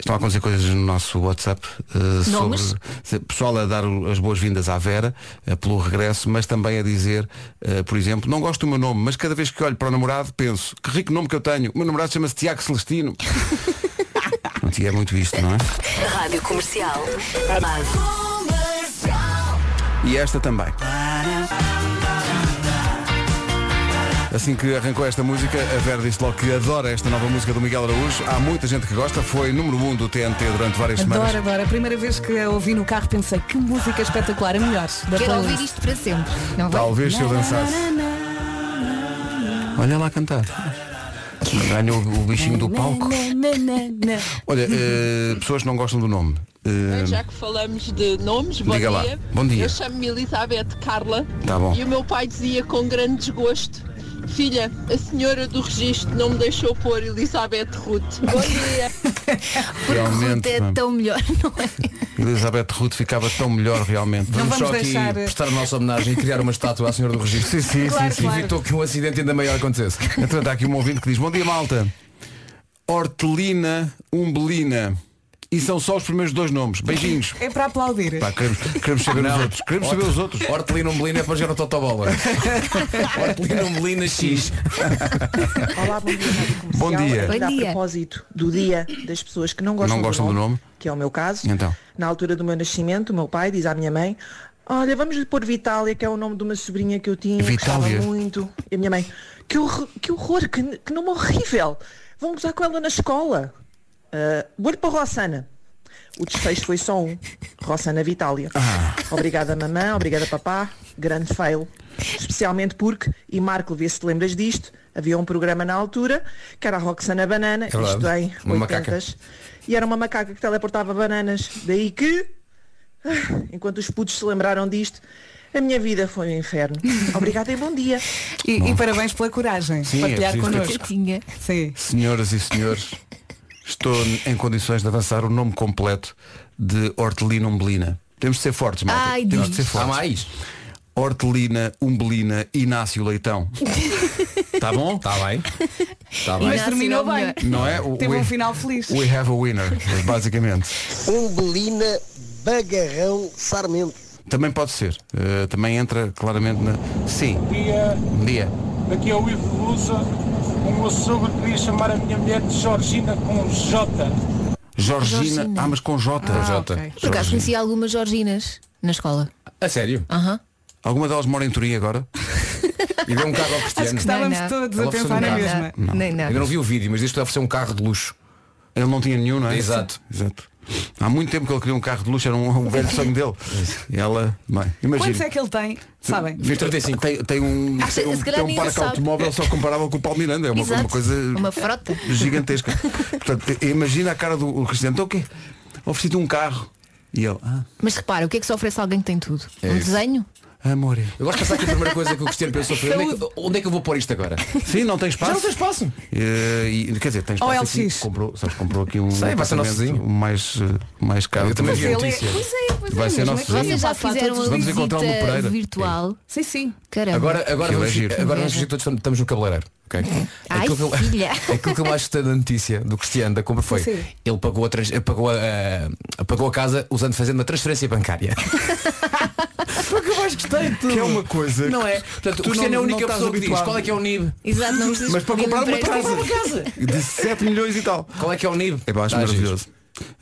Estão a acontecer coisas no nosso WhatsApp eh,
Nomes?
sobre se- pessoal a dar o- as boas-vindas à Vera eh, pelo regresso, mas também a dizer, eh, por exemplo, não gosto do meu nome, mas cada vez que olho para o namorado penso, que rico nome que eu tenho. O meu namorado chama-se Tiago Celestino. Pronto, e é muito isto, não é?
Rádio Comercial.
Tá E esta também. Assim que arrancou esta música, a Vera disse logo que adora esta nova música do Miguel Araújo. Há muita gente que gosta, foi número 1 um do TNT durante várias semanas.
Adoro, adoro. A primeira vez que a ouvi no carro pensei que música espetacular, a melhor. Da
Quero
playlist.
ouvir isto para sempre. Não vai?
Talvez se eu dançasse. Olha lá cantar. Ganha o, o bichinho do palco. Olha, eh, pessoas que não gostam do nome. Eh,
Já que falamos de nomes, bom
Diga lá.
dia.
Bom dia.
Eu chamo-me Elizabeth Carla
Tá bom.
e o meu pai dizia com grande desgosto. Filha, a senhora do registro não me deixou pôr Elizabeth Ruth. Bom dia.
Porque Ruth
realmente,
é
pá.
tão melhor, não é?
Elizabeth Ruth ficava tão melhor realmente.
Não
Vamos
vamos
só aqui
deixar-
prestar a nossa homenagem e criar uma estátua à senhora do registro.
Sim, sim,
Claro,
sim, sim.
claro.
Evitou que um acidente ainda maior acontecesse.
Então, Entretanto, há aqui um ouvinte que diz, bom dia malta. Hortelina umbelina. E são só os primeiros dois nomes. Beijinhos.
É para aplaudir.
Pá, queremos, queremos saber os outros. Queremos saber os outros.
Hortelina Umbelina é para jogar no Totobola. Hortelina Umbelina X.
Olá, bom dia. Rádio Comercial.
Bom dia.
Ainda
Bom dia.
A propósito do dia das pessoas que não gostam,
Não gostam do nome.
que é o meu caso,
Então.
na altura do meu nascimento, o meu pai diz à minha mãe, olha, vamos lhe pôr Vitália, que é o nome de uma sobrinha que eu tinha, que gostava
Vitália?
muito. E a minha mãe, que horror, que, horror, que, que nome horrível. Vão gozar com ela na escola. Ah, Vou-lhe para Rossana. O desfecho foi só um. Rossana Vitália.
Ah.
Obrigada, mamã. Obrigada, papá. Grande fail. Especialmente porque, e Marco, vê se te lembras disto, havia um programa na altura que era a Roxana Banana,
É verdade.
isto em
Uma macaca.
80s, e era uma macaca que teleportava bananas. Daí que, ah, enquanto os putos se lembraram disto, a minha vida foi um inferno. Obrigada e bom dia.
E, e parabéns pela coragem.
Sim, é
partilhar
preciso ter-
connosco. Sim.
Senhoras e senhores, estou em condições de avançar o nome completo de Hortelina Umbelina. Temos de ser fortes, malta.
Ai,
Temos
diz.
de ser fortes.
Há mais?
Hortelina Umbelina Inácio Leitão. Tá bom?
Está bem. Está bem.
Mas terminou bem.
Não é? O-
Teve
we-
um final feliz.
We have a winner, basicamente.
Umbelina Bagarrão Sarmento.
Também pode ser. Eh, também entra claramente na. Sim. Bom dia.
Daqui é o Ivo de Lusa. O meu sogro queria chamar a minha mulher de Georgina com J.
Georgina.
Georgina.
Ah, mas com J.
Ah, ok. Por acaso conheci algumas Georginas na escola.
A sério?
Aham.
Alguma delas mora em Turim agora?
E deu um carro ao
Acho que
Cristiano.
estávamos
Não, não.
todos
Ela
a
ofereceu
pensar
um
na
carro.
mesma.
Não, Nem nada.
Ainda não vi o vídeo, mas diz que deve ser um carro de luxo.
Ele não tinha nenhum, não é?
Exato.
Exato. Há muito tempo que ele queria um carro de luxo, era um, um velho sonho dele. E ela, mãe,
Quantos
imagina.
é que ele tem? Sabem?
Fiz 35.
Tem, tem um,
Acho-
tem um,
se calhar
tem um
ninguém
parque
sabe.
automóvel só comparável com o Paulo Miranda. É uma,
Exato.
uma coisa
Uma frota.
gigantesca. Portanto, imagina a cara do o Cristiano. Então o quê? Ofereci-te um carro. E ele, ah,
Mas repara, o que é que se oferece a alguém que tem tudo?
É
um
isso.
desenho?
amor. é
Eu gosto de pensar que a primeira coisa que o Cristiano pensou foi onde é que, onde é que eu vou pôr isto agora?
Sim, não tem espaço.
espaço.
Eh, e, quer dizer, tem espaço
Ou é
assim,
aqui,
LX.
comprou, sabes, comprou aqui um
Sei, vai ser nosso
apartamento
vizinho.
mais, eh, mais caro.
Eu também
Mas
vi a
ele é.
notícia.
Pois é, pois é,
Vai ser
mas
nosso
como é
vizinho.
que
Vocês já
passa a
fizeram
todos
uma
os-
Vamos
visita
encontrá-lo no Pereira.
virtual.
Sim, sim.
Caramba.
Agora, agora,
Aquilo é
vamos,
giro.
agora vamos fingir que todos estamos no cabeleireiro. ok?
Ai,
eu-
filha.
aquilo que eu mais gostei da notícia do Cristiano da compra foi
Sim, sim.
ele pagou a, trans- pagou a, a- pagou a casa usando fazendo uma transferência bancária.
Então,
foi o que eu mais gostei de tudo.
Que é uma coisa
Não é?
que
Portanto, o
tu
Cristiano
não-
é a
não
única
estás
pessoa que diz
habituado.
qual é que é o NIB.
Exato, não precisas
Mas para
pedir
comprar uma
empréstimo.
casa. De 7 milhões e tal.
Qual é que é o NIB?
É pá, acho
Ah, giro.
maravilhoso.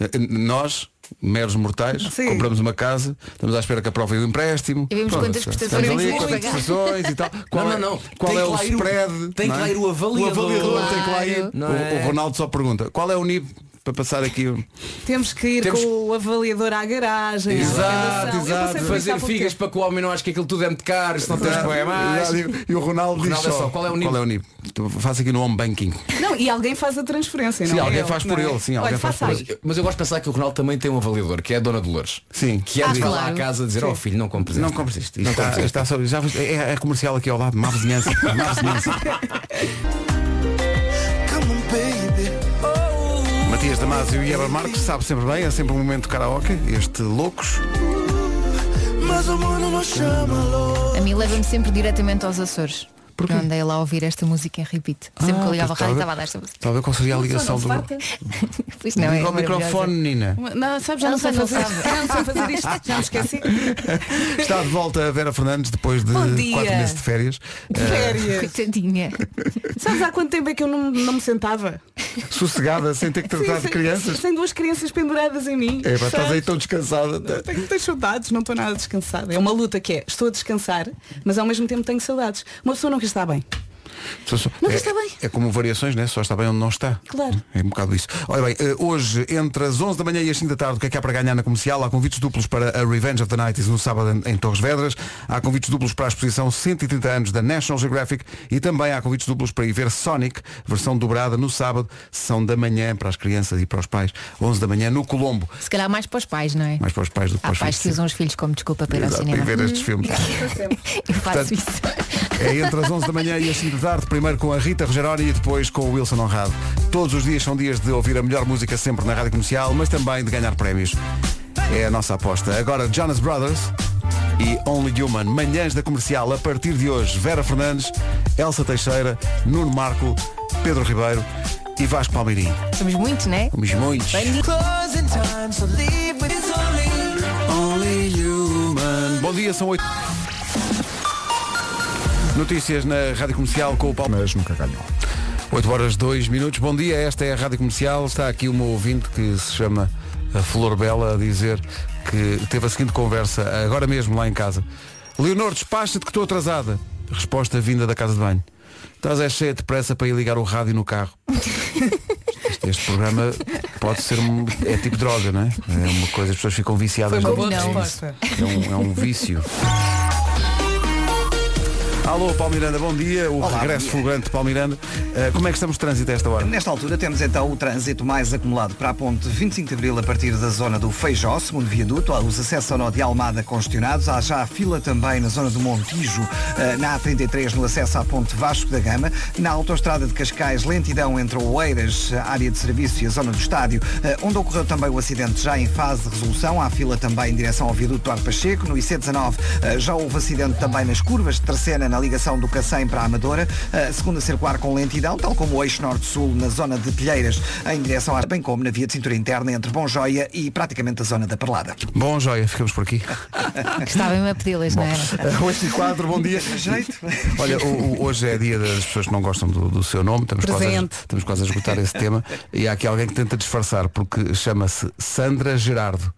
Eh, Nós, meros mortais,
Sim.
compramos uma casa, estamos à espera que aprovem o empréstimo.
E vemos
Pronto,
quantas prestações
estamos ali,
vamos
quantas
pagar.
prestações e tal. Qual
não,
é,
não.
Qual
Tem
é
que
o
lá ir o-
spread?
tem que
não é?
lá ir o avaliador.
avaliador tem que lá ir.
Não
O-
é?
O Ronaldo só pergunta, qual é o NIB para passar aqui? o-
Temos que ir
Temos-
com o avaliador à garagem. à
Exato,
arrendação. Eu passei
exato.
por isso há
Fazer
pouco
figas
tempo.
para que o homem não ache que aquilo tudo é muito caro, se não tens bem mais.
Exato, Tá. E e o Ronaldo,
Ronaldo
diz
é só, qual é o NIB?
Qual é o NIB? Tu Faz aqui no home banking.
Não, e alguém faz a transferência, não
Sim,
é
alguém
eu,
faz
não
por
é?
ele, sim,
Olha,
alguém faz
faça
por
aí.
ele.
Mas eu gosto de pensar que o Ronaldo também tem um avaliador, que é a Dona Dolores.
Sim.
Que é
Ah,
de ir lá
claro.
à casa dizer, ó filho, não Tá. compres
Não
isto."
compres isto.
Não
Isto está,
compres isto.
está só- já, vos- é, é comercial aqui ao lado, má vizinhança. Má vizinhança. Matias Damasio e Eva Marques sabe sempre bem, é sempre um momento de karaoke, este loucos.
A mim leva-me sempre diretamente aos Açores. Porque andei lá a ouvir esta música em repeat. Sempre que eu ligava a
Ah, pois estava-
rádio estava a dar esta música.
Talvez qual seria a ligação do.
Só não se farta.
Pois não, é
Liga o
maravilhosa.
microfone, Nina.
Não, sabe, já
Ela
não sei
só não
fazer
sabe.
Já não sei fazer isto. Já me esqueci.
Está de volta a Vera Fernandes depois de
Bom dia.
quatro meses de férias. Eh,
Férias.
Coitadinha.
Sabes há quanto tempo é que eu não, não me sentava?
Sossegada, sem ter que tratar de
sem-
crianças.
Sem duas crianças penduradas em mim.
É, pá, estás
Sabes?
aí tão descansada.
Tenho muitas saudades, não estou nada descansada. É uma luta que é, estou a descansar, mas ao mesmo tempo tenho saudades. Uma pessoa nunca está bem. Não,
é,
está bem.
é como variações, né? Só está bem onde não está.
Claro.
É um bocado isso. Olha bem, eh, hoje, entre as 11 da manhã e as 5 da tarde, o que é que há para ganhar na comercial? Há convites duplos para a Revenge of the Nights no sábado em- em Torres Vedras. Há convites duplos para a exposição 130 anos da National Geographic. E também há convites duplos para ir ver Sonic, versão dobrada no sábado, sessão da manhã para as crianças e para os pais. 11 da manhã no Colombo.
Se calhar mais para os pais, não é?
Mais para os pais do que para
Há
os
pais que
filhos.
usam os filhos como desculpa para ir ao
Exato,
cinema.
e ver estes filmes.
Eu faço isso.
É entre as 11 da manhã e as 5 da tarde, primeiro com a Rita Rogeroni e depois com o Wilson Honrado. Todos os dias são dias de ouvir a melhor música sempre na Rádio Comercial, mas também de ganhar prémios. É a nossa aposta. Agora Jonas Brothers e Only Human. Manhãs da Comercial, a partir de hoje, Vera Fernandes, Elsa Teixeira, Nuno Marco, Pedro Ribeiro e Vasco Palmeirim.
Somos muitos, não é?
Somos muitos.
Bem-
sometimes I leave with only
Bom dia, são 8. Notícias na Rádio Comercial com o Paulo.
Mas nunca ganhou.
8 horas 2 minutos. Bom dia, esta é a Rádio Comercial. Está aqui uma ouvinte que se chama a Flor Bela a dizer que teve a seguinte conversa agora mesmo lá em casa. Leonor, despacha-te que estou atrasada. Resposta vinda da casa de banho. Estás é cheia de pressa para ir ligar o rádio no carro. Este, este programa pode ser um, é tipo droga, não é? É uma coisa, as pessoas ficam viciadas.
Foi uma
nisso.
boa
É isso.
resposta.
É um, é um vício. Alô, Paulo Miranda, bom dia. O
Olá,
regresso
bom dia.
fulgurante de Paulo Miranda. Eh, como é que estamos de trânsito a esta hora?
Nesta altura temos então o trânsito mais acumulado para a ponte 25 de Abril a partir da zona do Feijó, segundo viaduto, há os acessos ao nó de Almada congestionados, há já a fila também na zona do Montijo, eh, na A33 no acesso à ponte Vasco da Gama, na autoestrada de Cascais, lentidão entre Oeiras, a área de serviço e a zona do estádio, eh, onde ocorreu também o acidente já em fase de resolução, há fila também em direção ao viaduto do Ar Pacheco, no IC19 eh, já houve acidente também nas curvas de Terceira na ligação do Cacém para a Amadora, eh, segunda circular com lentidão, tal como o eixo norte-sul na zona de Telheiras, em direção à bem como na via de cintura interna entre Bom Joia e praticamente a zona da Perlada.
Bom, joia, ficamos por aqui.
Estava mesmo a pedi-las, não é?
8 e 4, bom dia. Olha, o- o- hoje é dia das pessoas que não gostam do, do seu nome, estamos quase, a,
Presente.
estamos quase a esgotar esse tema. E há aqui alguém que tenta disfarçar, porque chama-se Sandra Gerardo.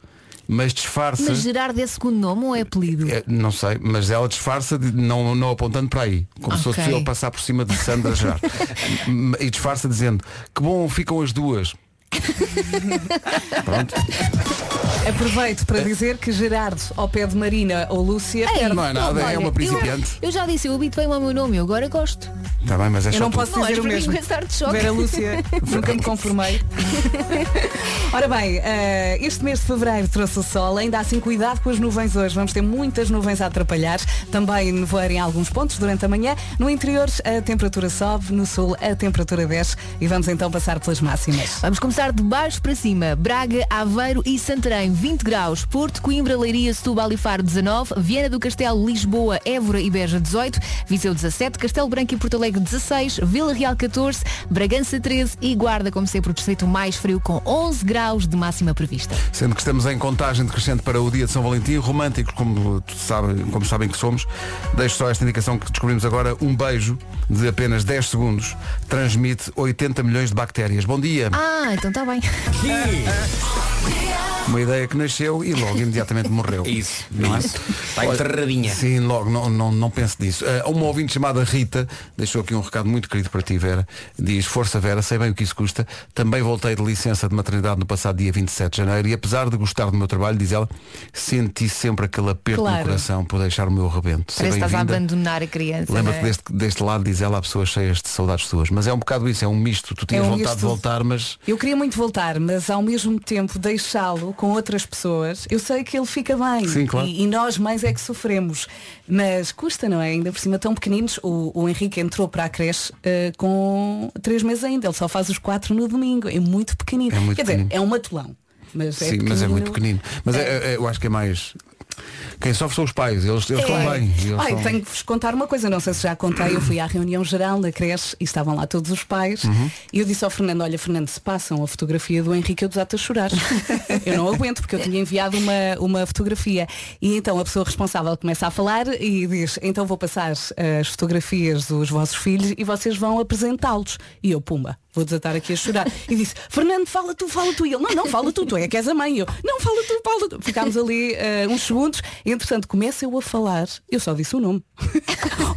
Mas disfarça.
Mas
eh,
Gerardo é segundo nome ou é apelido?
É, Não sei, mas ela disfarça de- não, não apontando para aí. Como se fosse
Ok.
eu passar por cima de Sandra Gerard. M- e disfarça dizendo, que bom ficam as duas. Pronto.
Aproveito para dizer que Gerardo, ao pé de Marina ou
Ei,
Lúcia, perde-
Não é nada, é
olha,
uma principiante.
Eu, eu já disse, eu habituei-me ao meu nome, eu agora gosto.
Está bem, mas é
Eu
só
não
tu.
posso
Não,
dizer
és
o mesmo.
vergonha de choque.
Vera Lúcia, nunca me conformei. Ora bem, eh, este mês de fevereiro trouxe o sol, ainda assim cuidado com as nuvens hoje. Vamos ter muitas nuvens a atrapalhar, também nevoeiro em alguns pontos durante a manhã. No interior a temperatura sobe, no sul a temperatura desce e vamos então passar pelas máximas.
Vamos começar de baixo para cima. Braga, Aveiro e Santarém, 20 graus. Porto, Coimbra, Leiria, Setúbal e Faro, 19. Viana do Castelo, Lisboa, Évora e Beja, 18. Viseu, 17. Castelo Branco e Porto Alegre, 16. Vila Real, 14. Bragança, 13. E Guarda, como sempre, o distrito mais frio, com 11 graus de máxima prevista.
Sendo que estamos em contagem decrescente para o dia de São Valentim, românticos como, tu sabe, como sabem que somos, deixo só esta indicação que descobrimos agora, um beijo de apenas 10 segundos transmite 80 milhões de bactérias. Bom dia!
Ah, então está bem.
Uma ideia que nasceu e logo imediatamente morreu. Isso, não é? Está
enterradinha.
Sim, logo, não, não, não pense nisso. Ah, uma ouvinte chamada Rita deixou aqui um recado muito querido para ti, Vera. Diz, força Vera, sei bem o que isso custa. Também voltei de licença de maternidade no passado dia 27 de janeiro e apesar de gostar do meu trabalho, diz ela, senti sempre aquele aperto
Claro.
no coração por deixar o meu rebento. Sei
Parece que estás a
bem-vinda.
abandonar a criança.
Lembra-te
não é?
deste, deste lado, diz ela, há pessoas cheias de saudades suas. Mas é um bocado isso, é um misto. Tu tinhas
um
vontade de
misto.
voltar, mas
Eu queria muito voltar, mas ao mesmo tempo deixá-lo com outras pessoas, eu sei que ele fica bem.
Sim, claro.
E, e nós mães é que sofremos. Mas custa, não é? Ainda por cima tão pequeninos, o, o Henrique entrou para a creche eh, com três meses ainda. Ele só faz os quatro no domingo. É muito pequenino.
É muito
Quer
pequenino.
dizer, é um matulão. Mas é
Sim, mas é
pequenino.
muito pequenino. Mas é- é- eu acho que é mais. Quem sofre são os pais, eles, eles estão
É.
bem. Eles
Ai,
estão-
tenho que vos contar uma coisa, não sei se já contei, eu fui à reunião geral da creche e estavam lá todos os pais
Uhum.
e eu disse ao Fernando, olha Fernando, se passam a fotografia do Henrique eu desato a chorar. eu não aguento porque eu tinha enviado uma, uma fotografia. E então a pessoa responsável começa a falar e diz, então vou passar as fotografias dos vossos filhos e vocês vão apresentá-los. E eu, pumba, vou desatar aqui a chorar. E disse, Fernando, fala tu, fala tu. E ele, não, não, fala tu, tu é que és a mãe. E eu, não, fala tu, fala tu. Ficámos ali eh, uns segundos. Entretanto, começa eu a falar. Eu só disse o nome.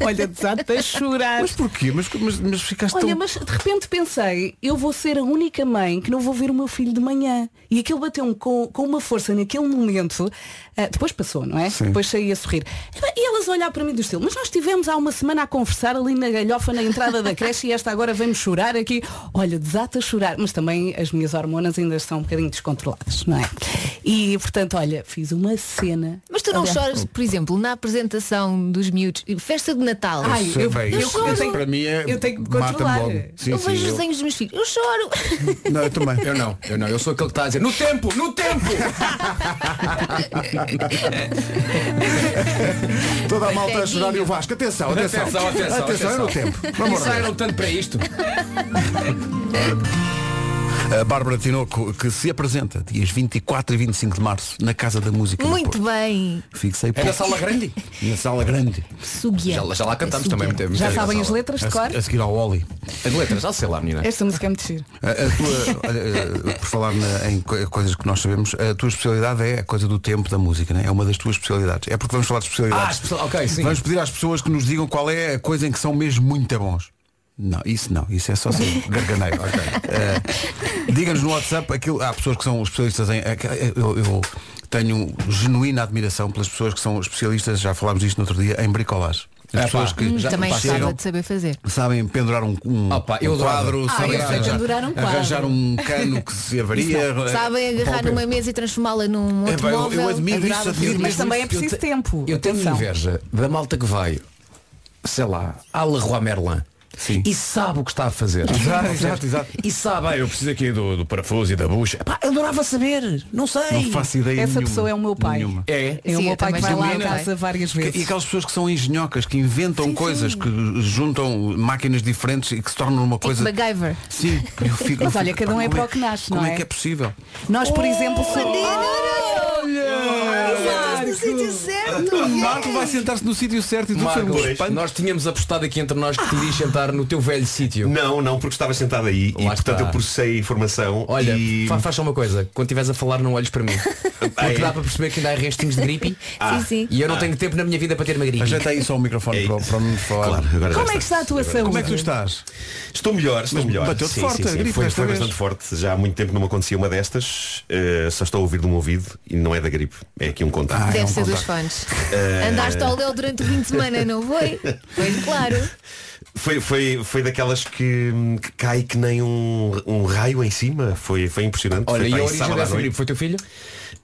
Olha, desata a chorar.
Mas porquê? Mas, mas, mas ficaste
Olha,
tão.
mas de repente pensei, eu vou ser a única mãe que não vou ver o meu filho de manhã. E aquilo bateu-me com, com uma força naquele momento. Ah, depois passou, não é?
Sim.
Depois saí a sorrir. E elas a olhar para mim do estilo, mas nós estivemos há uma semana a conversar ali na galhofa, na entrada da creche, e esta agora vem-me chorar aqui. Olha, desata a chorar. Mas também as minhas hormonas ainda estão um bocadinho descontroladas, não é? E, portanto, olha, fiz uma cena.
Mas tu não
Aliás,
choras, por exemplo, na apresentação dos miúdos, festa de Natal.
Ai,
Isso é
eu-
bem,
eu
isso-
choro.
isso para mim é.
Eu tenho que
Mata-me
controlar.
logo. Sim,
eu
sim,
vejo os
eu-
desenhos dos meus filhos, eu choro.
Não, eu também.
Eu não, eu não. Eu sou aquele que está a dizer no tempo, no tempo!
Toda a malta a chorar e o Vasco. Atenção, atenção.
Atenção, atenção.
Atenção, é no tempo. Vamos
Ensaiaram tanto para isto.
A Bárbara Tinoco, que se apresenta dias 24 e 25 de março na Casa da Música. do
Muito bem.
Porto. Fixei
É na Sala Grande?
Na Sala Grande.
Suguia.
Já, já lá cantamos também. muita- muita
É Já
gente na
sabem
sala.
as letras de
A-
cor?
A seguir ao Oli.
As letras, já sei lá, menina.
Esta música é muito gira.
A, a tua, olha, eh, por falar na- em co- coisas que nós sabemos, a tua especialidade é a coisa do tempo da música, né? é uma das tuas especialidades. É porque vamos falar de especialidades.
Ah, especia- ok, sim.
Vamos pedir às pessoas que nos digam qual é a coisa em que são mesmo muito bons. Não, isso não, isso é só assim, garganeio. Eh, Diga-nos no WhatsApp, aquilo, há pessoas que são especialistas em. eh, que- eh, Eu, eu tenho genuína admiração pelas pessoas que são especialistas, já falámos disto no outro dia, em bricolagem. As
É,
pessoas
pá,
que
Hum,
já
também gostava
chegam,
de saber fazer.
sabem pendurar um, um,
Opa, eu
um quadro,
adorava.
sabem
Ah, eu sei
arranjar,
pendurar um quadro.
arranjar um cano que se avaria.
Sabem agarrar numa mesa e transformá-la num
eh, É, pá, eu- eu
automóvel.
admiro isso,
Adorava
admiro
fazer
Mas
Mas
isso.
também é
eu
Um preciso
te-
tempo.
Eu tenho
Atenção.
inveja da malta que vai, sei lá, à Leroy Merlin. E sabe o que está a fazer.
Exato,
Percebes?
exato, exato.
E sabe, ah, eu preciso aqui do, do parafuso e da bucha. Pá,
adorava saber. Não sei.
Não faço ideia
Essa
nenhuma.
pessoa é o meu pai.
Nenhuma. É.
É o
Sim,
meu
eu
pai
também
que vai
sou
lá em
menina.
casa várias
Que- E
vezes.
aquelas pessoas que são engenhocas, que inventam coisas, que juntam máquinas diferentes e que se tornam uma coisa.
Tipo MacGyver.
Sim, eu fico.
Tipo Mas
eu
olha,
fico,
cada um
pá,
é
como
para o que nasce,
Como
não
é
é?
que é Oh, possível?
Nós, por exemplo,
O Marco
é
vai sentar-se no sítio certo e tudo foi um
Marcos,
espanto.
nós tínhamos apostado aqui entre nós que te irias sentar no teu velho sítio.
Não, não, porque estava sentado aí e
Lá
portanto
está.
eu processei a informação.
Ah. Olha,
e...
fa faz só uma coisa, quando estiveres a falar não olhes para mim. Porque
é.
dá para perceber que ainda há restinhos de gripe
Ah.
Sim, sim.
e eu não tenho tempo na minha vida para ter uma gripe.
Ajeita aí só o microfone para, o- para mim falar.
Claro, agora já
como é que está a tua saúde?
Como é que tu estás?
Estou melhor, estou
Mas
melhor.
bateu-te forte a gripe
Foi,
desta
foi
vez.
bastante forte. Já há muito tempo não me acontecia uma destas. Eh, só estou a ouvir de um ouvido e não é da gripe. É aqui um
Ah,
contato.
Deve ser dos fãs.
Eh,
Andaste ao Léo durante o fim de semana, não foi? Pois claro.
Foi, foi, foi daquelas que, que cai que nem um, um raio em cima. Foi, foi impressionante.
Olha,
foi
e
para
a
aí
origem
sábado à
dessa
noite.
gripe foi teu filho?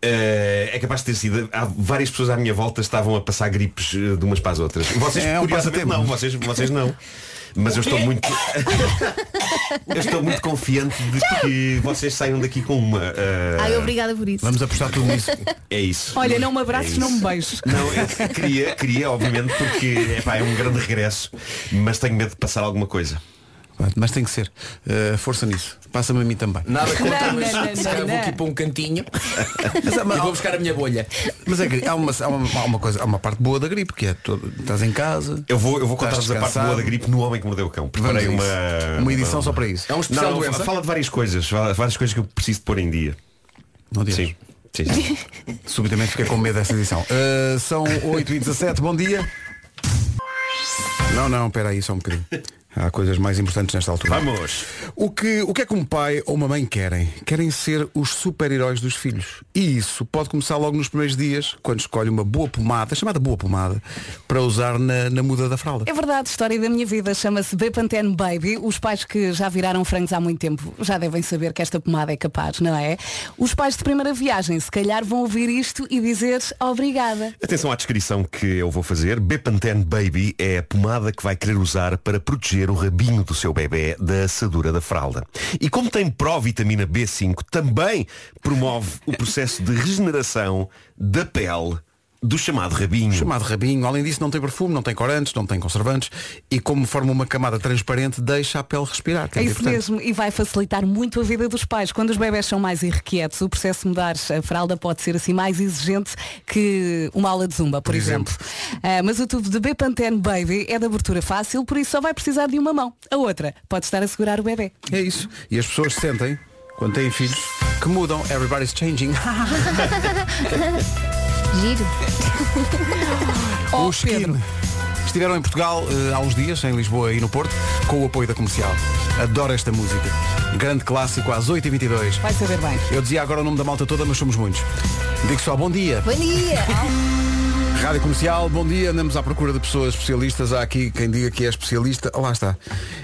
Eh, é capaz de ter sido. Há várias pessoas à minha volta estavam a passar gripes eh, de umas para as outras. Vocês,
É um
curiosamente,
passatempo.
não. Vocês, vocês não. Mas eu estou muito. eu estou muito confiante de que vocês saiam daqui com uma. eh,
Ai, obrigada por isso.
Vamos apostar tudo nisso. É
É isso.
Olha, não me abraços, não me beijes.
Não, eu queria, queria, obviamente, porque epá, é um grande regresso, mas tenho medo de passar alguma coisa.
Pronto, Mas tem que ser. Eh, força nisso. Passa-me a mim também.
Nada contra,
Não,
mas
não, não,
se calhar
não,
vou
não.
aqui para um cantinho e vou buscar a minha bolha.
Mas é que há uma, há, uma, há uma coisa, há uma parte boa da gripe, que é todo, estás em casa.
Eu vou, eu vou
Estás
contar-vos a parte
descansado?
boa da gripe no Homem que Mordeu o Cão. Preparei
Vamos
uma,
a isso. Uma edição só para isso.
É um especial
não,
doença?
fala de várias coisas, vá- várias coisas que eu preciso de pôr em dia.
Não digas.
Sim. Sim, sim.
Subitamente fiquei com medo dessa edição. Uh, são 8 e 17 bom dia. Não, não, espera aí só um bocadinho. Há coisas mais importantes nesta altura.
Vamos.
O que, o que é que um pai ou uma mãe querem? Querem ser os super-heróis dos filhos. E isso pode começar logo nos primeiros dias, quando escolhe uma boa pomada, chamada boa pomada, para usar na, na muda da fralda.
É verdade, história da minha vida chama-se Bepantene Baby. Os pais que já viraram frangos há muito tempo já devem saber que esta pomada é capaz, não é? Os pais de primeira viagem, se calhar, vão ouvir isto e dizer obrigada.
Atenção à descrição que eu vou fazer. Bepantene Baby é a pomada que vai querer usar para proteger o rabinho do seu bebê da assadura da fralda. E como tem provitamina B5, também promove o processo de regeneração da pele do chamado rabinho.
Chamado rabinho, além disso não tem perfume, não tem corantes, não tem conservantes e como forma uma camada transparente deixa a pele respirar. que
É isso
importante.
mesmo, e vai facilitar muito a vida dos pais. Quando os bebés são mais irrequietos, o processo de mudar a fralda pode ser assim mais exigente que uma aula de zumba, por, exemplo. Ah, mas o tubo de Bepantene Baby é de abertura fácil, por isso só vai precisar de uma mão. A outra pode estar a segurar o bebê.
É isso. E as pessoas sentem, quando têm filhos, que mudam. Everybody's changing.
Giro.
Oh,
o skin. Estiveram em Portugal eh, há uns dias, em Lisboa e no Porto, com o apoio da comercial. Adoro esta música. Grande clássico às 8h22.
Vai saber bem.
Eu dizia agora o nome da malta toda, mas somos muitos. Digo só bom dia.
Bom dia.
Rádio Comercial, bom dia. Andamos à procura de pessoas especialistas. Há aqui quem diga que é especialista. Lá está.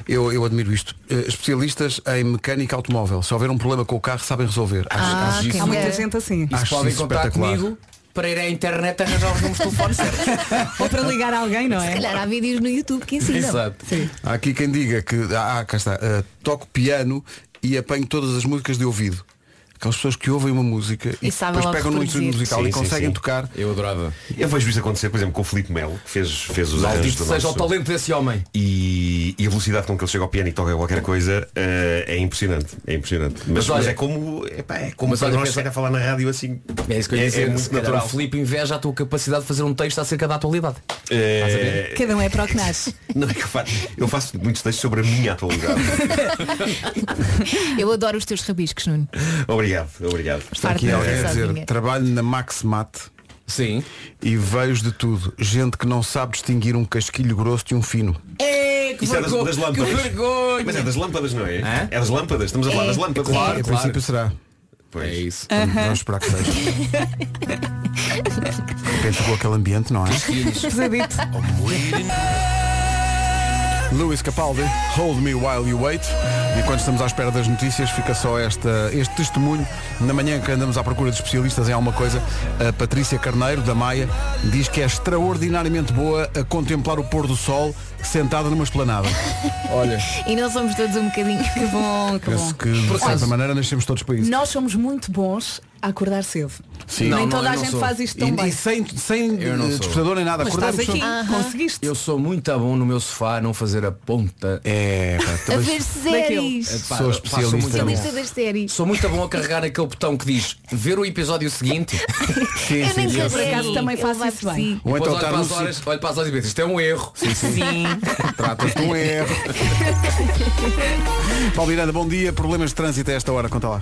Eu, eu admiro isto. Eh, Especialistas em mecânica automóvel. Se houver um problema com o carro, sabem resolver. Acho,
Ah,
acho
quem
isso
Há muita
É.
gente assim.
E se
Acho
podem
isso
contar
espetacular.
comigo para ir à internet arranjar os números de telefone certos.
Ou para ligar a alguém, não
Se
é?
calhar há vídeos no YouTube que ensinam.
Exato.
Há aqui quem diga que ah, cá está, ah, toco piano e apanho todas as músicas de ouvido. Aquelas pessoas que ouvem uma música e,
E sabem
depois
logo
pegam no instrumento
reproduzir.
musical
Sim,
e
sim,
conseguem
sim.
tocar.
Eu adorava.
Eu vejo isto acontecer, por exemplo, com o Felipe Melo, que fez, fez os arranjos
Maldito
do
seja o
nosso-
talento desse homem.
E, e, e a velocidade com que ele chega ao piano e toca qualquer coisa eh, é impressionante. É impressionante. Mas, mas, é como. epá, é como quando nós chega a falar na rádio assim.
É isso que eu ia
É- é
dizer.
muito
se calhar
natural.
o Filipe inveja a tua capacidade de fazer um texto acerca da atualidade.
eh,
Estás a ver?
Cada um é para o que nasce.
não é que eu faço. Eu faço muitos textos sobre a minha atualidade.
Eu adoro os teus rabiscos, Nuno.
obrigado, obrigado.
Está aqui é alguém a dizer,
sozinha.
trabalho na Maxmat
Sim.
e vejo de tudo. Gente que não sabe distinguir um casquilho grosso de um fino.
É, que
Isso é das,
vergonha,
das lâmpadas.
que vergonha.
Mas é das lâmpadas, não é? É das lâmpadas. Estamos a falar
É.
das lâmpadas.
Claro,
em
claro.
princípio será.
Pois. É isso.
Vamos- Vamos esperar que seja. De repente ficou aquele ambiente, não é?
Pesadito.
Oh,
Luís Capaldi, Hold Me While You Wait. E enquanto estamos à espera das notícias, fica só esta, este testemunho. Na manhã que andamos à procura de especialistas em alguma coisa, a Patrícia Carneiro, da Maia, diz que é extraordinariamente boa a contemplar o pôr do sol sentada numa esplanada. Olha,
E não somos todos um bocadinho.
Que bom, que
penso
bom.
que de certa maneira nascemos todos para isso.
Nós somos muito bons a acordar cedo.
Sim.
Nem
Não, não,
toda
eu
a
não
gente
sou.
faz isto tão
E-
bem.
e sem, sem
Eu não
eh,
sou.
despertador nem nada.
Mas
Acordar
estás
só-
aqui, conseguiste.
Eu sou muito a bom no meu sofá a não fazer a ponta.
É, pá,
A ver séries.
Epá,
Sou
pá,
especialista
muito
nisso.
bom.
Especialista das séries.
Sou muito bom a carregar aquele botão que diz ver o episódio seguinte.
Sim, sim, sim.
sei.
Por acaso também
Ele
faço
vai
é isso bem.
Ou
Depois
então
olho
estar
para,
no
as horas, olho para as horas e penso, isto é um erro. Sim, sim.
Trata-se de um erro. Paulo Miranda, bom dia. Problemas de trânsito a esta hora, conta lá.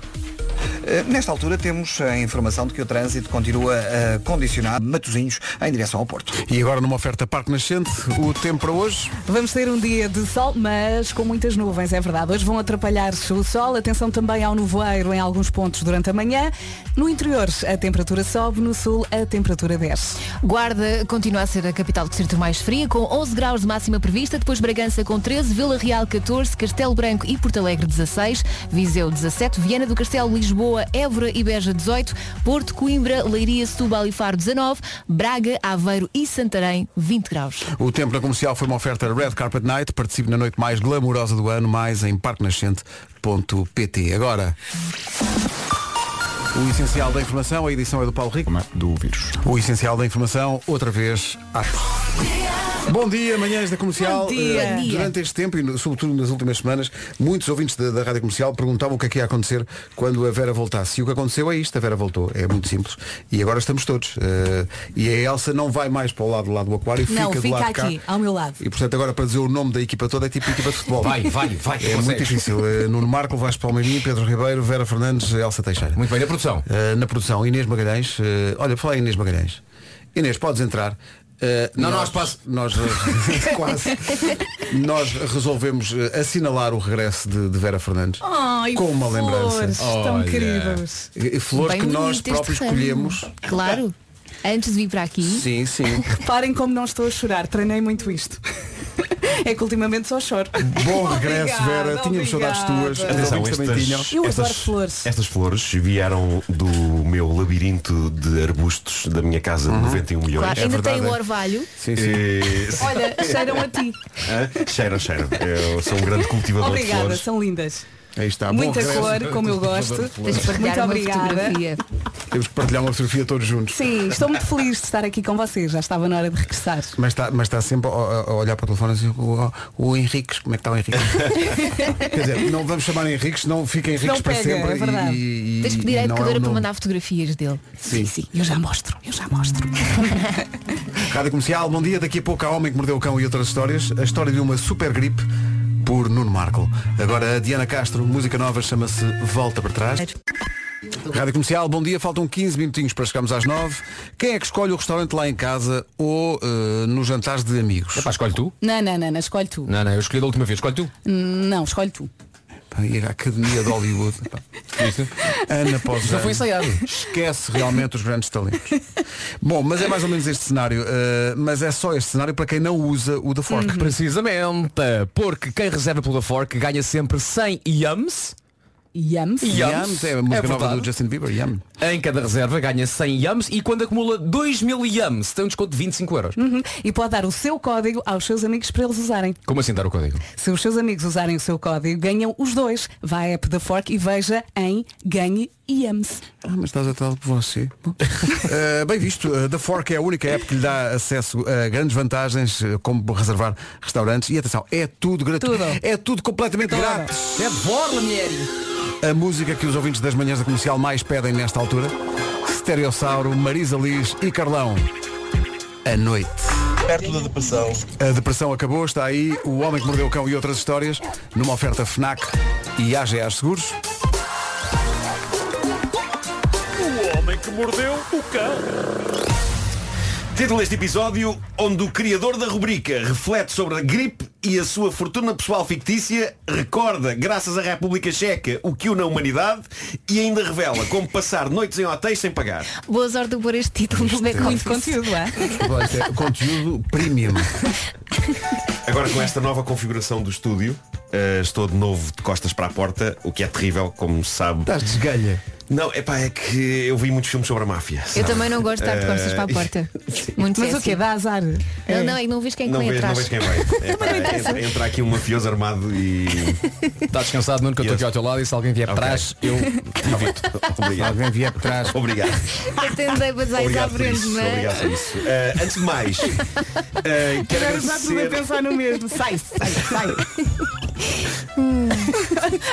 Eh, Nesta altura temos a informação de que o trânsito continua eh, condicionado Matosinhos em direção ao Porto.
E agora numa oferta Parque Nascente, o tempo para hoje.
Vamos ter um dia de sol, mas com muitas nuvens, é verdade. Hoje vão atrapalhar-se o sol. Atenção também ao nevoeiro em alguns pontos durante a manhã. No interior, a temperatura sobe. No sul, a temperatura desce.
Guarda continua a ser a capital do distrito mais fria, com 11 graus de máxima prevista, depois Bragança com 13, Vila Real 14, Castelo Branco e Porto Alegre 16, Viseu 17, Viana do Castelo, Lisboa, Évora e Beja 18, Porto, Coimbra, Leiria, Setúbal e Faro 19, Braga, Aveiro e Santarém 20 graus.
O tempo na comercial foi uma oferta Red Carpet Night. Participe na noite mais glamourosa do ano, mais em parquenascente.pt. Agora, o essencial da informação, a edição é do Paulo Rico.
Do vírus.
O essencial da informação, outra vez, atos. Bom dia, manhãs da comercial.
Bom dia.
Eh,
Bom dia.
Durante este tempo, e no- sobretudo nas últimas semanas, muitos ouvintes da, da rádio comercial perguntavam o que é que ia acontecer quando a Vera voltasse. E o que aconteceu é isto: a Vera voltou. É muito simples. E agora estamos todos. Eh, e a Elsa não vai mais para o lado, lá do aquário,
Não,
fica, do
fica
lado de
aqui,
cá.
ao meu lado.
E portanto agora para dizer o nome da equipa toda é tipo equipa de futebol.
Vai, vai, vai,
É muito
consegues.
difícil. Eh, Nuno Marco, Vasco Palmeirinho, Pedro Ribeiro, Vera Fernandes, Elsa Teixeira.
Muito bem, na produção.
Eh, na produção, Inês Magalhães. eh, olha, falar em Inês Magalhães. Inês, podes entrar. Eh,
Não, não, há
nós,
espaço.
nós, eh, quase. Nós resolvemos eh, assinalar o regresso de, de Vera Fernandes
Ai,
com uma
flores,
lembrança.
tão
Olha.
queridos.
E- e Flores
Bem
que nós
bonito este
próprios
ramo.
colhemos.
Claro, antes de vir para aqui,
Sim, sim.
Reparem como não estou a chorar. Treinei muito isto. é que ultimamente só choro.
Bom regresso,
Obrigada,
Vera. Tínhamos saudades
obrigada.
tuas. Os ouvintes também tinham.
Eu adoro flores.
estas flores vieram do meu labirinto de arbustos da minha casa
Uhum.
de 91 milhões.
claro, ainda tem o orvalho.
É Sim, sim.
Eh,
Olha, cheiram a ti.
hã? Cheiram, cheiram. Eu sou um grande cultivador de
Obrigada,
flores.
são lindas.
Aí está. Tá Bom
Muita
regresso.
cor, como eu gosto.
Tens de
Muito
partilhar uma
obrigada.
fotografia.
Temos que partilhar uma fotografia todos juntos.
Sim, estou muito feliz de estar aqui com vocês. Já estava na hora de regressar.
Mas está, mas está sempre a, a- a olhar para o telefone assim, o, o, o Henriques, como é que está o Henriques? Quer dizer, não vamos chamar Henriques, não fica Henriques
Não
para
pega,
sempre.
é verdade.
e- e-
Tens de
e
pedir à
não é
educadora
um
para
nome.
mandar fotografias dele.
Sim.
sim, eu já mostro, eu já mostro.
Rádio Comercial, bom dia. Daqui a pouco há Homem que Mordeu o Cão e outras histórias. A história de uma super gripe por Nuno Marco. Agora a Diana Castro, música nova, chama-se Volta para Trás. Rádio Comercial, bom dia. Faltam 15 minutinhos para chegarmos às 9. Quem é que escolhe o restaurante lá em casa ou eh, nos jantares de amigos?
Epá, escolhe tu?
Não, não, não, não, escolhe tu.
Não, não, eu escolhi da última vez. Escolhe tu.
Não, escolhe tu.
Pá, ir à Academia de Hollywood. pá.
Isto?
Ana após
Isto não foi
ano.
ensaiado.
Esquece realmente os grandes talentos. Bom, mas é mais ou menos este cenário. eh, mas é só este cenário para quem não usa o da Fork.
Uhum.
Precisamente, porque quem reserva pelo Fork ganha sempre 100 yams
Yams.
Yams é a música
É
nova
verdade.
do Justin Bieber. Yam.
em cada reserva, ganha 100 yams e quando acumula 2 mil yams tem um desconto de 25 euros.
Uhum. E pode dar o seu código aos seus amigos para eles usarem.
Como assim dar o código?
Se os seus amigos usarem o seu código, ganham os dois. Vá à app da Fork e veja em ganhe e ame-se.
Ah, mas estás atrás de você. Bom. Eh, bem visto, eh, The Fork é a única app que lhe dá acesso a grandes vantagens, eh, como reservar restaurantes. E atenção, é tudo gratuito.
Tudo.
É tudo completamente
Tudo.
grátis.
É de borla, mulher.
A música que os ouvintes das manhãs da comercial mais pedem nesta altura: Stereossauro, Marisa Liz e Carlão. A noite.
Perto da depressão.
A depressão acabou, está aí O Homem que Mordeu o Cão e outras histórias, numa oferta FNAC e AGA Seguros.
O homem que mordeu o cão.
Título deste episódio, onde o criador da rubrica reflete sobre a gripe e a sua fortuna pessoal fictícia, recorda, graças à República Checa, o que une a humanidade e ainda revela como passar noites em hotéis sem pagar.
Boa sorte por este título no
é
back Muito conteúdo,
é?
conteúdo premium.
Agora com esta nova configuração do estúdio, eh, estou de novo de costas para a porta, o que é terrível, como se sabe.
Estás desgalha.
Não, é pá, é que eu vi muitos filmes sobre a máfia.
Eu
sabe?
também não gosto de estar de costas
Eh,
para a
É.
porta. Muito
Mas o
sexy.
quê? Dá azar?
Não, não, é que não vês quem é que
não
vem
vejo, não
atrás.
vejo quem vai. É, pá, entra, entra aqui um mafioso armado e.
Está Tá descansado, Nuno, que eu estou aqui ao teu lado e se alguém vier atrás, eu evito.
Obrigado.
Alguém vier atrás.
Obrigado.
Eu tentei passar é isso à
Obrigado por
frente, é?
isso. Obrigado por
mas.
isso. Eh, antes de mais, eh, quero
Agora está tudo a
agradecer.
pensar no mesmo. Sai, sai, sai.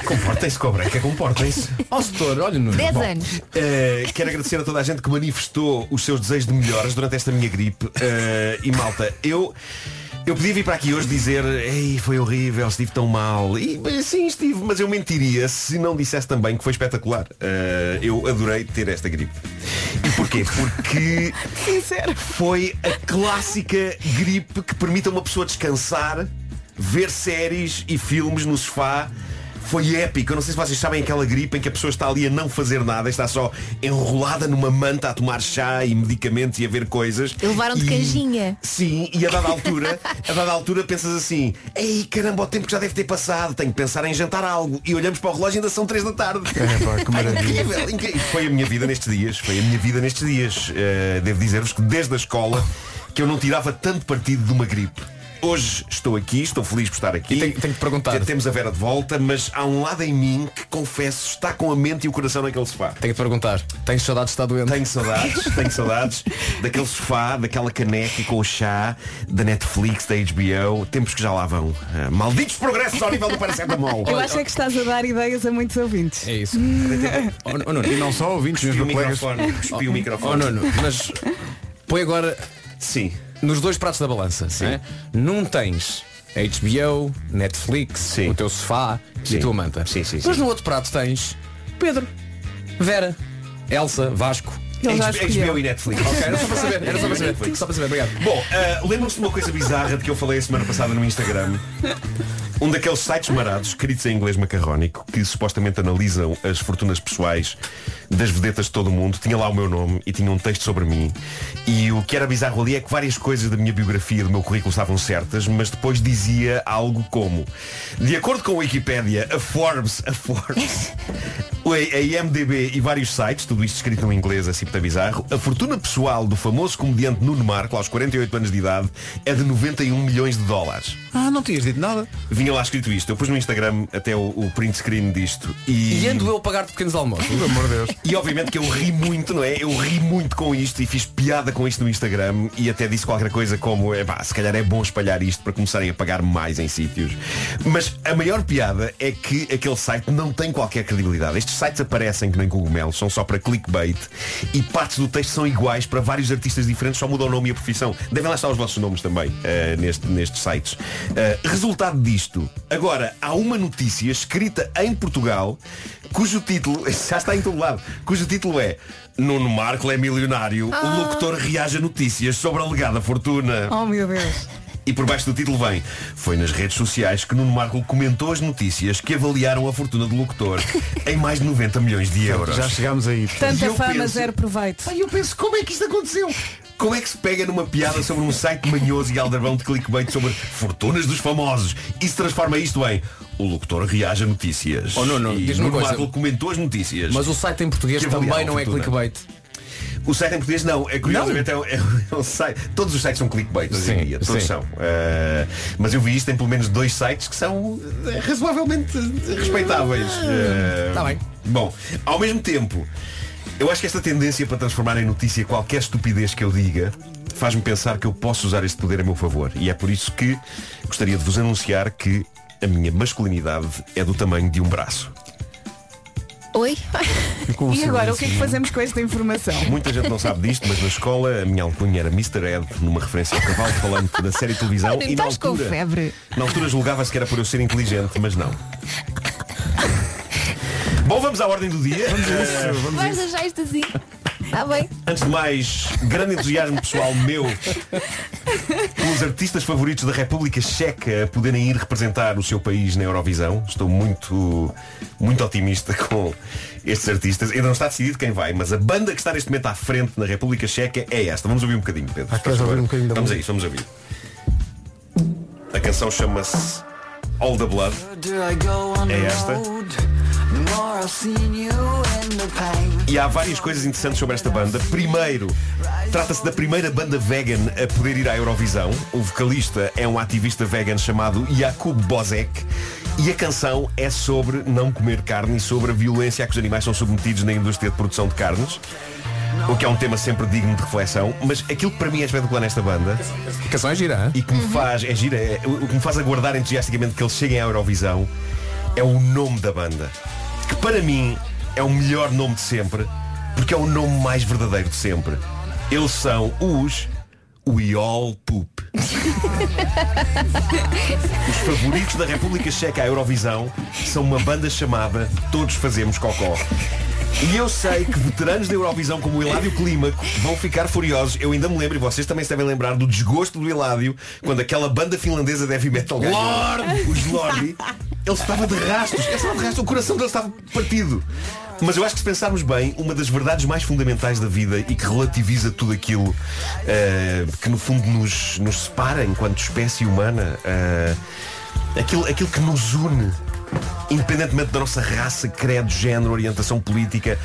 Comportem-se com a breca, comportem-se. Ó setor, olha no.
Dez anos.
quero agradecer a toda a gente que manifestou os seus desejos de melhoras durante esta minha gripe. Eh, e malta, eu. Eu podia vir para aqui hoje dizer Ei, foi horrível, estive tão mal e, bem, Sim, estive, mas eu mentiria Se não dissesse também que foi espetacular Eh, Eu adorei ter esta gripe E porquê? Porque
Sincero.
Foi a clássica gripe que permite a uma pessoa descansar, ver séries e filmes no sofá. Foi épico. Eu não sei se vocês sabem aquela gripe em que a pessoa está ali a não fazer nada, está só enrolada numa manta a tomar chá e medicamentos e a ver coisas.
Levaram de
E-
canjinha.
Sim, e a dada altura, a dada altura pensas assim, ei caramba, o tempo que já deve ter passado, tenho que pensar em jantar algo. E olhamos para o relógio e ainda são 3 da tarde.
É, pá, que maravilha.
Incrível, incrível. Foi a minha vida nestes dias, foi a minha vida nestes dias. Eh, devo dizer-vos que desde a escola que eu não tirava tanto partido de uma gripe. Hoje estou aqui, estou feliz por estar aqui. tenho, que perguntar. Já temos a Vera de volta, mas há um lado em mim que confesso está com a mente e o coração naquele sofá.
Tenho que te perguntar. Tens saudades de estar doente?
Tenho saudades, tenho saudades daquele sofá, daquela caneca com o chá, da Netflix, da HBO, tempos que já lá vão. Ah, malditos progressos ao nível do paracetamol.
Eu acho é que estás a dar ideias a muitos ouvintes.
É isso. Oh, oh, Nuno.
E não só ouvintes,
Cuspi
meus
o
colegas.
microfone, cuspi o microfone. Oh, Nuno, mas põe agora
Sim.
nos dois pratos da balança. Não, é? Não tens HBO, Netflix, o teu sofá e a tua manta. Sim, sim, Mas no outro prato tens Pedro, Vera, Elsa, Vasco.
Ele já HBO escolheu. e Netflix.
Ok, era só para saber, era só para saber.
Netflix.
Só para saber, obrigado.
Bom, ah, lembram-se de uma coisa bizarra de que eu falei a semana passada no Instagram? Um daqueles sites marados, escritos em inglês macarrónico, que supostamente analisam as fortunas pessoais das vedetas de todo o mundo, tinha lá o meu nome e tinha um texto sobre mim. E o que era bizarro ali é que várias coisas da minha biografia, do meu currículo estavam certas, mas depois dizia algo como, de acordo com a Wikipédia, a Forbes, a Forbes, a a IMDB e vários sites, tudo isto escrito em inglês, assim para bizarro, a fortuna pessoal do famoso comediante Nuno Marco, aos 48 anos de idade, é de 91 milhões de dólares.
Ah, não tinhas dito nada.
Vinha lá escrito isto. Eu pus no Instagram até o, o print screen disto. E,
E ando eu a pagar-te pequenos almoços. Pelo
amor de Deus.
e obviamente que eu ri muito, não é? Eu ri muito com isto e fiz piada com isto no Instagram e até disse qualquer coisa como, é pá, se calhar é bom espalhar isto para começarem a pagar mais em sítios. Mas a maior piada é que aquele site não tem qualquer credibilidade. Estes sites aparecem que nem cogumelos, são só para clickbait e partes do texto são iguais para vários artistas diferentes, só mudam o nome e a profissão. Devem lá estar os vossos nomes também eh, neste, nestes sites. Eh, resultado disto, agora há uma notícia escrita em Portugal cujo título, já está em todo lado, cujo título é Nuno Marco é milionário,
Ah.
o locutor reage a notícias sobre a alegada fortuna.
Oh meu Deus.
E por baixo do título vem Foi nas redes sociais que Nuno Marco comentou as notícias que avaliaram a fortuna do locutor em mais de 90 milhões de euros.
Já chegámos aí.
E
Tanta
eu
fama,
penso-
zero proveito.
Ai, eu penso, como é que isto aconteceu? Como é que se pega numa piada sobre um site manhoso e aldrabão de clickbait sobre fortunas dos famosos e se transforma isto em o locutor reage a notícias?
Oh, Nuno,
E
diz-me uma
Nuno
coisa.
Marco comentou as notícias.
Mas o site em português
Que avaliaram
também
a
não é
fortuna.
clickbait.
O site em português não, é curiosamente É, um, é um site. Todos os sites são clickbait hoje
Sim,
em dia, todos
sim.
são. Eh, mas eu vi
Ah. É.
isto em pelo menos dois sites que são eh, razoavelmente eh, respeitáveis. Eh,
Tá bem.
Bom, ao mesmo tempo, eu acho que esta tendência para transformar em notícia qualquer estupidez que eu diga faz-me pensar que eu posso usar este poder a meu favor. E é por isso que gostaria de vos anunciar que a minha masculinidade é do tamanho de um braço.
Oi?
um
E
silêncio.
agora, o que é que fazemos com esta informação?
Muita gente não sabe disto, mas na escola a minha alcunha era Mr. Ed, numa referência ao cavalo falante da série de televisão.
Olha,
e na
estás com
altura,
febre.
na altura julgava-se que era por eu ser inteligente, mas não. Bom, vamos à ordem do dia. Eh, vamos a
Vais deixar isto assim? Está bem?
Antes de mais, grande entusiasmo pessoal meu pelos artistas favoritos da República Checa a poderem ir representar o seu país na Eurovisão. Estou muito, muito otimista com estes artistas. Ainda não está decidido quem vai, mas a banda que está neste momento à frente na República Checa é esta. Vamos ouvir um bocadinho, Pedro.
Ah, queres ouvir um bocadinho da
vamos a
música?
isso, vamos ouvir. A canção chama-se All the Blood. É esta. E há várias coisas interessantes sobre esta banda. Primeiro, trata-se da primeira banda vegan a poder ir à Eurovisão. O vocalista é um ativista vegan chamado Jakub Bozek. E a canção é sobre não comer carne e sobre a violência a que os animais são submetidos na indústria de produção de carnes. O que é um tema sempre digno de reflexão, mas aquilo que para mim é espetacular nesta banda. A canção é gira, E que me faz, é gira, é- o o que me faz aguardar entusiasticamente que eles cheguem à Eurovisão é o nome da banda. Que para mim é o melhor nome de sempre, porque é o nome mais verdadeiro de sempre. Eles são os We All Poop. Os favoritos da República Checa à Eurovisão são uma banda chamada Todos Fazemos Cocó. E eu sei que veteranos da Eurovisão como o Eládio Clímaco vão ficar furiosos. Eu ainda me lembro, e vocês também se devem lembrar, do desgosto do Eládio quando aquela banda finlandesa de heavy metal ganhou.
Lorde!
Os Lorde. Ele estava de rastos. Ele estava de rastos. O coração dele estava partido. Mas eu acho que se pensarmos bem, uma das verdades mais fundamentais da vida e que relativiza tudo aquilo eh, que no fundo nos, nos separa enquanto espécie humana, eh, aquilo, aquilo que nos une, independentemente da nossa raça, credo, género, orientação política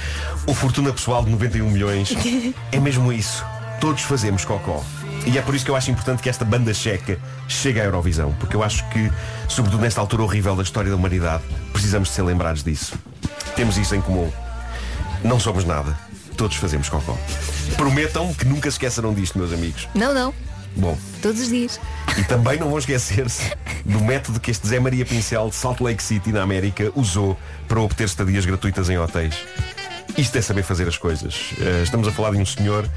ou fortuna pessoal de 91 milhões, é mesmo isso. Todos fazemos cocó. E é por isso que eu acho importante que esta banda checa chegue à Eurovisão, porque eu acho que, sobretudo nesta altura horrível da história da humanidade, precisamos de ser lembrados disso. Temos isso em comum. Não somos nada. Todos fazemos cocó. Prometam que nunca se esquecerão disto, meus amigos.
Não, não.
Bom,
Todos os dias.
e também não vão esquecer-se do método que este Zé Maria Pincel de Salt Lake City, na América, usou para obter estadias gratuitas em hotéis. Isto é saber fazer as coisas. Eh, Estamos a falar de um senhor,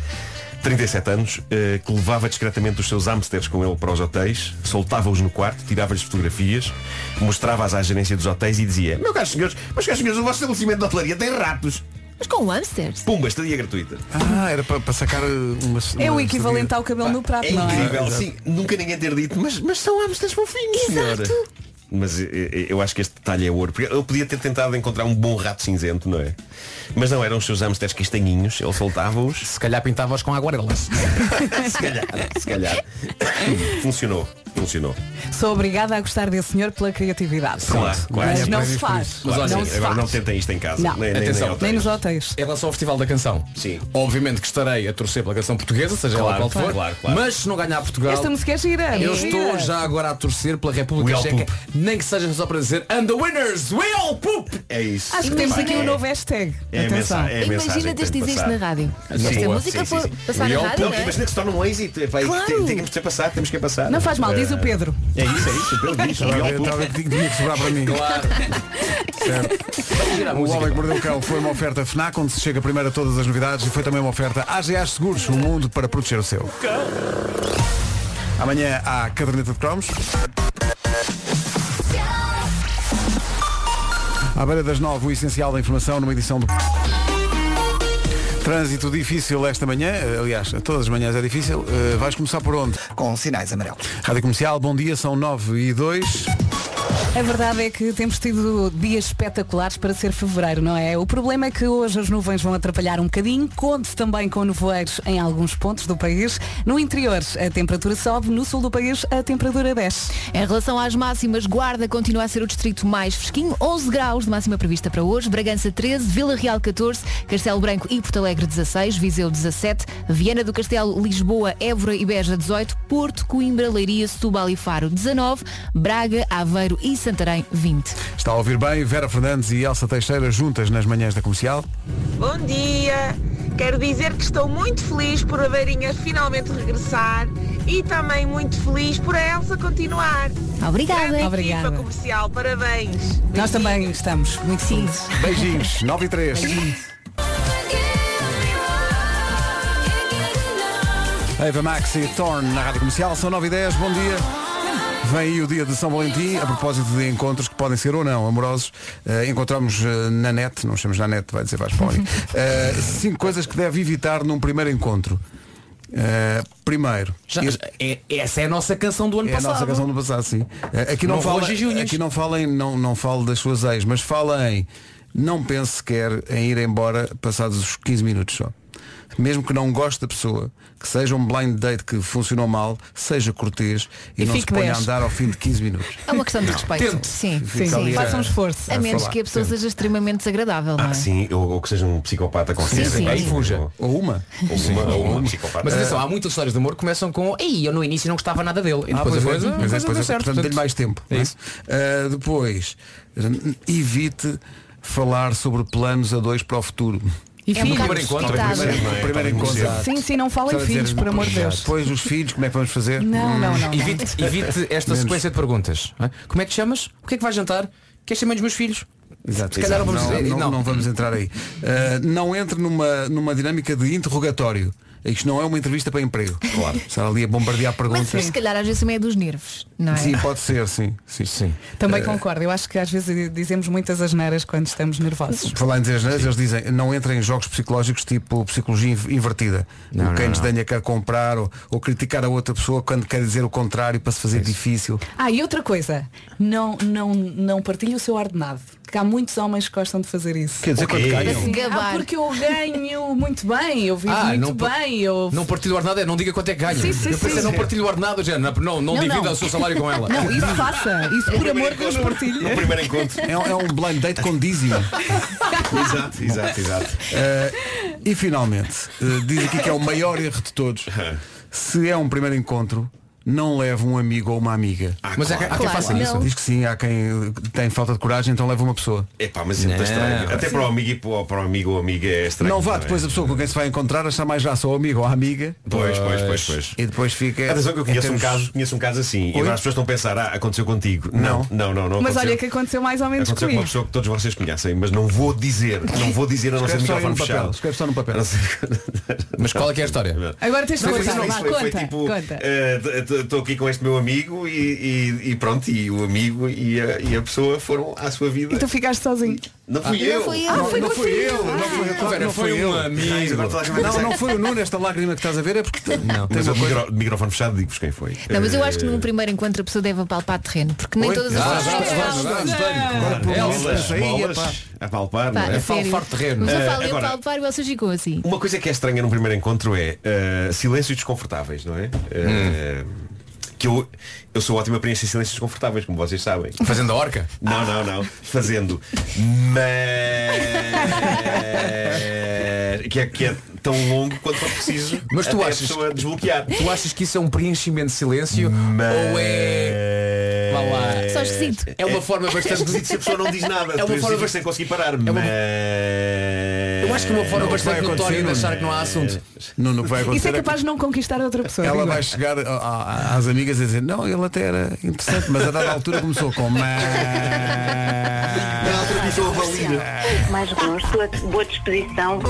37 anos, eh, que levava discretamente os seus hamsters com ele para os hotéis, soltava-os no quarto, tirava-lhes fotografias, mostrava-as à gerência dos hotéis e dizia Meu caros senhores, mas caros senhores, o vosso estabelecimento de hotelaria tem ratos.
Mas com hamsters?
Pumba, estadia gratuita.
Ah, era para, para sacar eh, uma
É o equivalente ao cabelo no prato,
É
não é?
incrível, sim. Nunca ninguém ter dito, mas, mas são hamsters fofinhos. senhora." Mas eh, eh, eu acho que este detalhe é ouro. Porque ele podia ter tentado encontrar um bom rato cinzento, não é? Mas não, eram os seus hamsters castanhinhos, ele soltava-os. Se calhar pintava-os com aguarelas. se calhar, se calhar. Funcionou, funcionou.
Sou obrigada a gostar desse senhor pela criatividade. Pronto. Mas não se faz.
Mas olha,
não se
agora
faz.
não tentem isto em casa.
Não.
Nem, nem, nem
Atenção.
ao
Nem nos hotéis.
Em relação ao Festival da Canção,
Sim.
obviamente que estarei a torcer pela canção portuguesa, seja
Claro,
ela qual for,
claro, claro, claro.
mas se não ganhar Portugal,
Esta música é gira.
eu
é gira.
estou já agora a torcer pela República
We all
Checa, nem que seja só para dizer And the winners, we all poop!
É isso.
Acho que temos aqui um novo hashtag.
É a
Atenção.
mensagem- é a mensagem
Imagina
que
teres
tem
de
de
dizer isto
passar.
na rádio.
Sim.
Esta
Boa,
música
sim,
foi
sim, sim.
passar na
Não,
rádio, não é?
imagina que se torna um êxito. Epá,
Claro.
tem, tem que ser passado, temos que é passar.
Não faz mal, diz o
Eh,
Pedro.
É isso, é isso. O Pedro diz. é um
Estava a
Real
ver-
Poop.
estava a ver que tinha que sobrar para mim.
Claro.
O Homem que Mordeu o Cão foi uma oferta FNAC, onde se chega primeiro a todas as novidades e foi também uma oferta AGAs Seguros, o mundo para proteger o seu. Amanhã há caderneta de cromos. À beira das nove, o essencial da informação numa edição do... Trânsito difícil esta manhã, eh, aliás, todas as manhãs é difícil. Eh, vais começar por onde?
Com sinais amarelos.
Rádio Comercial, bom dia, são nove e dois.
A verdade é que temos tido dias espetaculares para ser fevereiro, não é? O problema é que hoje as nuvens vão atrapalhar um bocadinho. Conte também com nevoeiros em alguns pontos do país. No interior, a temperatura sobe. No sul do país, a temperatura desce.
Em relação às máximas, Guarda continua a ser o distrito mais fresquinho, 11 graus de máxima prevista para hoje, Bragança 13, Vila Real 14, Castelo Branco e Porto Alegre 16, Viseu 17, Viana do Castelo, Lisboa, Évora e Beja 18, Porto, Coimbra, Leiria, Setúbal e Faro 19, Braga, Aveiro e Santarém 20.
Está a ouvir bem Vera Fernandes e Elsa Teixeira juntas nas manhãs da comercial.
Bom dia! Quero dizer que estou muito feliz por a Veirinha finalmente regressar e também muito feliz por a Elsa continuar.
Obrigada.
Grande
Obrigada.
equipa comercial, parabéns.
Nós também estamos muito felizes.
Beijinhos, 9 e 3. Eva Max e Thorn na Rádio Comercial, são 9 e 10, bom dia. Vem aí o dia de São Valentim, a propósito de encontros que podem ser ou não amorosos. eh, encontramos eh, na net, não chamamos na net, vai dizer vais para ali. Eh, cinco coisas que deve evitar num primeiro encontro. Eh, primeiro, ir-
É- essa é a nossa canção do ano
é
passado.
a nossa canção do passado, sim. Eh, Aqui não,
Não
fala,
rojas e unhas.
aqui não fala em, não, não fala das suas ex, mas fala em não pense sequer em ir embora passados os 15 minutos só. Mesmo que não goste da pessoa, que seja um blind date que funcionou mal, seja cortês e,
E
não se
fique
ponha a
10.
andar ao fim de 15 minutos.
É uma questão de
Não.
respeito.
Tente.
Sim,
Fica ali a- Faça um esforço.
A,
a
menos
falar.
que a pessoa
Tente.
seja extremamente desagradável, não
Ah,
é?
sim, ou, ou que seja um psicopata com
Sim, sim. Aí
fuja.
Ou,
ou uma.
Ou uma, ou uma psicopata.
Mas atenção,
Ah,
há muitas histórias de amor que começam com Ei, eu no início não gostava nada dele. E
Ah,
depois
pois
a
é,
coisa, a
pois é,
coisa
pois
deu
é,
certo.
portanto, dê-lhe mais tempo. não é? Ah, depois, evite falar sobre planos a dois para o futuro.
E É um filhos. bocado
primeiro encontro.
precipitado.
primeiro-
Sim,
primeiro
sim,
encontro.
sim, sim, não falem
Só a dizer,
filhos, por amor de Deus.
Depois os filhos, como é que vamos fazer?
Não, não, não, não.
Evite, evite esta
Menos.
sequência de perguntas. não é? Como é que te chamas? O que é que vais jantar? Queres chamar dos meus filhos?
Exato,
Se calhar
exato.
vamos
não,
dizer-
não,
não.
não vamos entrar aí. Ah, não entre numa, numa dinâmica de interrogatório. Isto não é uma entrevista para emprego. Claro. Estar ali a bombardear
Mas
perguntas.
se calhar às vezes também é dos nervos, não é?
Sim, pode É. ser, sim. sim. Uh, sim.
Também concordo. Eu acho que às vezes dizemos muitas asneiras quando estamos nervosos.
Por falar em dizer as neiras, eles dizem não entrem em jogos psicológicos tipo psicologia inv- invertida.
Não,
o quem
não,
desdenha quer comprar ou, ou criticar a outra pessoa quando quer dizer o contrário para se fazer difícil.
Ah, e outra coisa, não, não, não partilhe o seu ordenado. Que há muitos homens que gostam de fazer isso.
Quer dizer,
que
quando ganham.
Ah, porque eu ganho muito bem, eu vivo
Ah,
muito
não par-
bem, eu
Não partilho o ordenado, é não diga quanto é que ganho.
Sim, sim,
eu pensei,
sim.
não partilho o ordenado, já não, não, não, divida o seu salário com ela.
Não, isso faça. Isso por amor de Deus partilhe.
É, um- é um blind date com dízimo.
Exato, exato, exato.
Eh, e finalmente, eh, diz aqui que é o maior erro de todos. Se é um primeiro encontro, não leve um amigo ou uma amiga.
Mas há claro. quem- há quem Claro, faça não. isso.
Diz que sim, há quem eh, tem falta de coragem, então leva uma pessoa.
Epá, mas isso é muito
Não.
estranho. Até
Sim.
para o amigo e para o- para o amigo ou amiga é estranho.
não vá
é?
depois a pessoa com quem se vai encontrar achar mais graça ou amigo ou à amiga.
Pois, pois, pois, pois.
E depois fica.
Atenção que eu conheço, um
temos-
caso, conheço um caso assim. E
Oi?
agora as pessoas estão a pensar, ah, aconteceu contigo. Não, não, não, não.
Mas
aconteceu.
olha que aconteceu mais ou menos
Aconteceu com uma
comigo.
pessoa que todos vocês conhecem, mas não vou dizer, não vou dizer a não ser
Escreve só aí
microfone
no papel.
fechado.
Escreve só no papel.
Mas qual é que é a história?
Agora tens de
Não,
contar.
não,
Vá,
isso foi- foi
conta,
tipo,
conta.
Estou aqui com este meu amigo e, e- e pronto, e o amigo e a, e a pessoa foram à sua vida.
E tu ficaste sozinho.
Não fui
Ah,
eu.
não fui eu. Ah, foi
não foi
contigo.
eu, não foi
Ah.
eu, claro que
Vera,
não
foi
foi
um
eu.
amigo.
Agora toda a gente vai
Não,
dizer-
não foi o Nuno, esta lágrima que estás a ver é porque não, tem
Mas o
uma coisa.
micro- microfone fechado, digo-vos quem foi.
Não, mas eu acho que
Eh,
num primeiro encontro a pessoa deve apalpar terreno, porque nem
Oi?
todas as
Ah,
pessoas.
já, já, já, já,
Agora,
já.
Elsa,
Bolas,
aí,
bolas,
epá.
a palpar,
Pá,
não é?
a sério. Mas eu
Eh,
falo, eu
agora,
palpar e você ficou assim.
Uma coisa que é estranha num primeiro encontro é eh, silêncios desconfortáveis, não é? Eh,
Hum.
Que eu, eu sou ótimo a preencher silêncios desconfortáveis, como vocês sabem.
Fazendo a orca?
Não, não, não. Fazendo. Mas. que, é, que é tão longo quanto for preciso.
Mas tu
até a
achas-
pessoa desbloquear.
Tu achas que isso é um preenchimento de silêncio? Ou é. Vá lá.
Só esquisito.
É uma forma
É
bastante.
esquisito se a pessoa não diz nada.
É uma
Tu
forma
dizes sem conseguir parar. Mas...
Eu acho que uma forma
Não,
bastante
vai acontecer,
notória de
Nuno.
achar que não há assunto.
Nuno, o que vai
Isso
acontecer
é capaz de não conquistar a outra pessoa.
Ela
digo eu.
vai chegar a- a- às amigas e dizer, não, ele até era interessante, mas a dada altura começou com mas
Mais gosto, boa disposição.